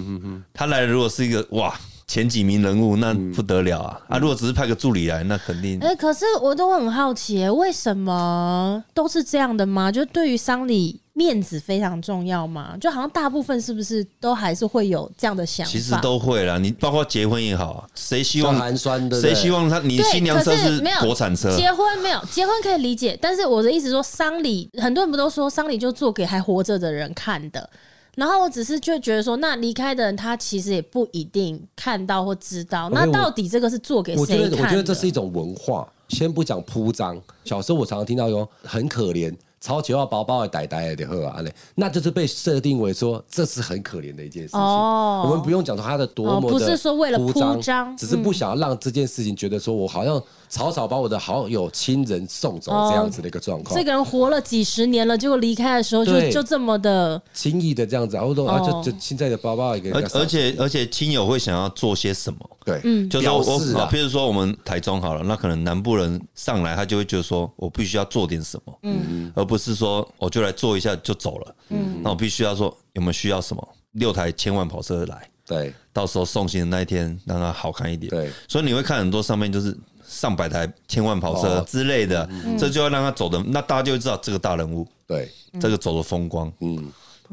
[SPEAKER 3] 他来的如果是一个哇前几名人物，那不得了啊！啊，如果只是派个助理来，那肯定
[SPEAKER 1] 哎、可是我都很好奇耶，为什么都是这样的吗？就对于丧礼，面子非常重要吗？就好像大部分是不是都还是会有这样的想法？
[SPEAKER 3] 其实都会啦。你包括结婚也好啊，谁希
[SPEAKER 2] 像
[SPEAKER 3] 望
[SPEAKER 2] 寒酸的，
[SPEAKER 3] 谁希望他你
[SPEAKER 1] 对，
[SPEAKER 3] 新娘车
[SPEAKER 1] 可是没有
[SPEAKER 3] 国产车？
[SPEAKER 1] 结婚没有结婚可以理解，但是我的意思说，丧礼很多人不都说丧礼就做给还活着的人看的。然后我只是就觉得说，那离开的人他其实也不一定看到或知道，
[SPEAKER 2] 觉
[SPEAKER 1] 那
[SPEAKER 2] 得哎我
[SPEAKER 1] 到底这个是做给
[SPEAKER 2] 我觉
[SPEAKER 1] 谁看
[SPEAKER 2] 得，
[SPEAKER 1] 的？
[SPEAKER 2] 我觉得这是一种文化。先不讲铺张，小时候我常常听到有很可怜，超级要包包的呆呆的喝啊嘞，那就是被设定为说这是很可怜的一件事情。
[SPEAKER 1] 哦
[SPEAKER 2] 我们不用讲他的多么的
[SPEAKER 1] 哦不是说为了
[SPEAKER 2] 铺
[SPEAKER 1] 铺张
[SPEAKER 2] 只是不想要让这件事情觉得说我好像草草把我的好友亲人送走这样子的一个状
[SPEAKER 1] 嗯
[SPEAKER 2] 况
[SPEAKER 1] 这，个人活了几十年了，结果离开的时候就
[SPEAKER 2] 对
[SPEAKER 1] 就这么的
[SPEAKER 2] 轻易的这样子，然后说啊
[SPEAKER 1] 哦
[SPEAKER 2] 就就现在的包包也给人
[SPEAKER 3] 而
[SPEAKER 2] 家送
[SPEAKER 3] 而且而且亲友会想要做些什么？
[SPEAKER 2] 对，
[SPEAKER 1] 嗯
[SPEAKER 3] 就是
[SPEAKER 2] 表
[SPEAKER 3] 我
[SPEAKER 2] 示
[SPEAKER 3] 我
[SPEAKER 2] 啊
[SPEAKER 3] 啊，，譬如说我们台中好了，那可能南部人上来，他就会觉得说我必须要做点什么，嗯，而不是说我就来做一下就走了，嗯，那我必须要说有没有需要什么？六台千万跑车来，
[SPEAKER 2] 对
[SPEAKER 3] 到时候送行的那一天让它好看一点。
[SPEAKER 2] 对，
[SPEAKER 3] 所以你会看很多上面就是上百台千万跑车
[SPEAKER 2] 哦
[SPEAKER 3] 之类的，这就要让他走的，那大家就会知道这个大人物，
[SPEAKER 2] 对，
[SPEAKER 3] 这个走的风光。
[SPEAKER 2] 嗯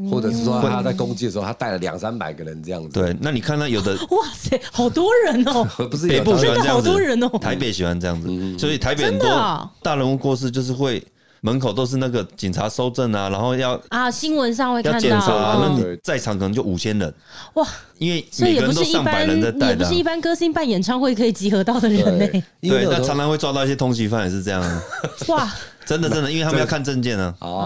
[SPEAKER 2] 或者是说
[SPEAKER 1] 嗯
[SPEAKER 2] 他在攻击的时候，他带了两三百个人这样子，
[SPEAKER 3] 对，那你看到有的
[SPEAKER 1] 哇塞，好多人哦、
[SPEAKER 2] 不是
[SPEAKER 3] 北
[SPEAKER 2] 有
[SPEAKER 3] 部
[SPEAKER 2] 他
[SPEAKER 3] 喜欢这
[SPEAKER 1] 真的好
[SPEAKER 3] 样子，
[SPEAKER 1] 多人哦
[SPEAKER 2] 嗯
[SPEAKER 3] 台北喜欢这样子，所以台北
[SPEAKER 1] 真
[SPEAKER 3] 很
[SPEAKER 1] 的啊
[SPEAKER 3] 多大人物过世就是会门口都是那个警察收证啊，然后要
[SPEAKER 1] 啊，新闻上会
[SPEAKER 3] 要
[SPEAKER 1] 看
[SPEAKER 3] 检
[SPEAKER 1] 到
[SPEAKER 3] 查啊，
[SPEAKER 1] 哦
[SPEAKER 3] 那
[SPEAKER 2] 对
[SPEAKER 3] 你在场可能就五千人，
[SPEAKER 1] 哇，
[SPEAKER 3] 因为
[SPEAKER 1] 所以
[SPEAKER 3] 每
[SPEAKER 1] 也
[SPEAKER 3] 个
[SPEAKER 1] 不
[SPEAKER 3] 人都
[SPEAKER 1] 是一
[SPEAKER 3] 上百
[SPEAKER 1] 般，
[SPEAKER 3] 人在带
[SPEAKER 1] 也不
[SPEAKER 3] 的啊
[SPEAKER 1] 是。一般歌星办演唱会可以集合到的人呢、
[SPEAKER 2] 对，因为
[SPEAKER 3] 对，
[SPEAKER 2] 那
[SPEAKER 3] 但
[SPEAKER 2] 种
[SPEAKER 3] 常常会抓到一些通缉犯也是这样啊，
[SPEAKER 1] 哇，
[SPEAKER 3] 真的真的，因为他们要看证件啊，
[SPEAKER 2] 哦，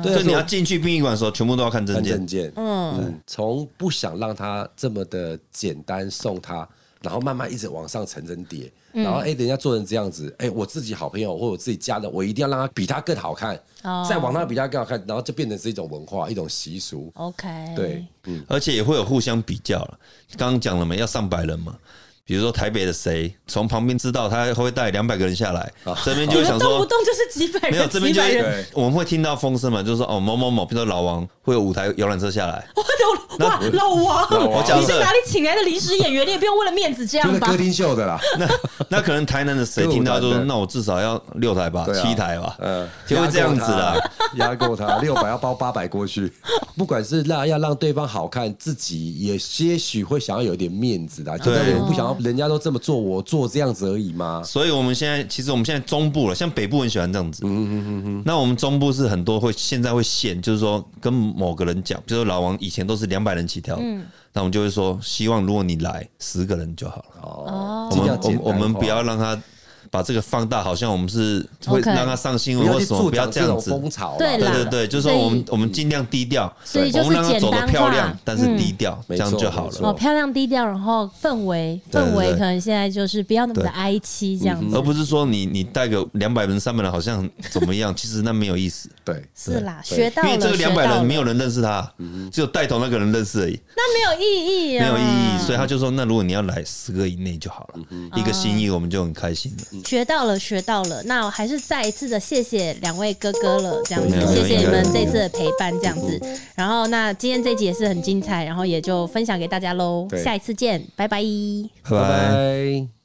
[SPEAKER 1] 啊
[SPEAKER 2] 对，
[SPEAKER 3] 所以你要
[SPEAKER 2] 看
[SPEAKER 3] 进去殡仪馆的时候，全部都要看证件
[SPEAKER 2] 证。件，
[SPEAKER 1] 嗯，
[SPEAKER 2] 嗯，从不想让他这么的简单送他，然后慢慢一直往上层层叠，然后哎、人家做成这样子，哎、我自己好朋友或我自己家人，我一定要让他比他更好看，
[SPEAKER 1] 哦
[SPEAKER 2] 再往他比他更好看，然后就变成是一种文化，一种习俗。
[SPEAKER 1] OK，
[SPEAKER 2] 对，
[SPEAKER 3] 而且也会有互相比较了。刚刚讲了嘛，要上百人嘛。比如说台北的谁从旁边知道他会带两百个人下来，
[SPEAKER 2] 啊
[SPEAKER 3] 这边就
[SPEAKER 1] 你
[SPEAKER 3] 会
[SPEAKER 1] 们
[SPEAKER 3] 想
[SPEAKER 1] 动不
[SPEAKER 3] 说
[SPEAKER 1] 动就是几百
[SPEAKER 3] 没有，
[SPEAKER 1] 人，
[SPEAKER 3] 这
[SPEAKER 1] 几
[SPEAKER 3] 边就
[SPEAKER 1] 百
[SPEAKER 3] 会
[SPEAKER 1] 人，
[SPEAKER 2] 对
[SPEAKER 3] 我们会听到风声嘛，就是说哦某某某，比如说老王会有五台游览车下来，
[SPEAKER 1] 我懂 了哇，老
[SPEAKER 2] 老王
[SPEAKER 1] 王，
[SPEAKER 3] 讲
[SPEAKER 1] 你是
[SPEAKER 3] 这
[SPEAKER 1] 哪里请来的临时演员？你也不用为了面子这样吧？
[SPEAKER 2] 厅秀的啦，
[SPEAKER 3] 那可能台南的谁
[SPEAKER 2] 对
[SPEAKER 3] 听到
[SPEAKER 2] 五台
[SPEAKER 3] 就说
[SPEAKER 2] 对
[SPEAKER 3] 那我至少要六台吧，
[SPEAKER 2] 对啊
[SPEAKER 3] 七台吧，
[SPEAKER 2] 呃，
[SPEAKER 3] 就会这样子啦。
[SPEAKER 2] 压过他，压 过他，六百要包八百过去。不管是让要让对方好看，自己也些许会想要有点面子的，觉
[SPEAKER 3] 对
[SPEAKER 2] 得我不想要人家都这么做，我做这样子而已吗？
[SPEAKER 3] 所以我们现在其实我们现在中部了，像北部很喜欢这样子。嗯嗯嗯嗯。那我们中部是很多会现在会限，就是说跟某个人讲，就是老王以前都是两百人起跳，
[SPEAKER 1] 嗯
[SPEAKER 3] 那我们就会说，希望如果你来十个人就好了。
[SPEAKER 2] 哦，
[SPEAKER 3] 我
[SPEAKER 2] 尽
[SPEAKER 3] 们
[SPEAKER 2] 量
[SPEAKER 3] 我
[SPEAKER 2] 简
[SPEAKER 3] 们
[SPEAKER 2] 单哦
[SPEAKER 3] 我们
[SPEAKER 2] 化
[SPEAKER 3] 不要让他把这个放大，好像我们是会
[SPEAKER 1] OK
[SPEAKER 3] 让他上新
[SPEAKER 2] 不
[SPEAKER 3] 闻
[SPEAKER 2] 要
[SPEAKER 3] 或
[SPEAKER 2] 去
[SPEAKER 3] 什么，
[SPEAKER 2] 助
[SPEAKER 3] 不要
[SPEAKER 2] 长
[SPEAKER 3] 这
[SPEAKER 2] 这
[SPEAKER 3] 样
[SPEAKER 2] 种
[SPEAKER 3] 子。
[SPEAKER 2] 风潮啦。
[SPEAKER 1] 对
[SPEAKER 3] 对
[SPEAKER 1] 啦
[SPEAKER 3] 对对，就是我
[SPEAKER 1] 所
[SPEAKER 3] 们
[SPEAKER 1] 以
[SPEAKER 3] 我们尽量低调，
[SPEAKER 1] 所以
[SPEAKER 3] 我
[SPEAKER 1] 就是
[SPEAKER 3] 们让他
[SPEAKER 1] 简
[SPEAKER 3] 走
[SPEAKER 1] 单
[SPEAKER 3] 的
[SPEAKER 1] 化
[SPEAKER 3] 漂亮，但是低调，这
[SPEAKER 2] 没
[SPEAKER 3] 样
[SPEAKER 2] 错
[SPEAKER 3] 就好
[SPEAKER 2] 没
[SPEAKER 3] 了
[SPEAKER 2] 错。
[SPEAKER 1] 哦，漂亮低调，然后氛围
[SPEAKER 3] 对对
[SPEAKER 1] 氛围
[SPEAKER 3] 对
[SPEAKER 1] 可能现在就是不要那么的
[SPEAKER 3] 对嗯
[SPEAKER 1] 哀戚这样
[SPEAKER 3] 而
[SPEAKER 1] 子，
[SPEAKER 3] 不是说你你带个两百人、三百人，好像怎么样？其实那没有意思。
[SPEAKER 2] 对，
[SPEAKER 1] 是啦，
[SPEAKER 2] 对
[SPEAKER 1] 学到
[SPEAKER 3] 因为
[SPEAKER 1] 了，
[SPEAKER 3] 这个两百
[SPEAKER 1] 学到了
[SPEAKER 3] 人没有人认识他，只有带头那个人认识而已，
[SPEAKER 1] 那没有意义
[SPEAKER 3] 没
[SPEAKER 1] 啊，
[SPEAKER 3] 有意义。所以他就说：“那如果你要来十个以内就好了，
[SPEAKER 1] 嗯
[SPEAKER 3] 一个心意我们就很开心了。
[SPEAKER 1] 学到了，学到了。那我还是再一次的谢谢两位哥哥了，这样子
[SPEAKER 3] 没有，
[SPEAKER 1] 谢
[SPEAKER 3] 没有
[SPEAKER 1] 谢你
[SPEAKER 3] 没有
[SPEAKER 1] 们这次的陪伴，这样子。然后，那今天这集也是很精彩，然后也就分享给大家喽。
[SPEAKER 2] 对
[SPEAKER 1] 下一次见，拜拜。”
[SPEAKER 3] 拜拜。
[SPEAKER 2] 拜。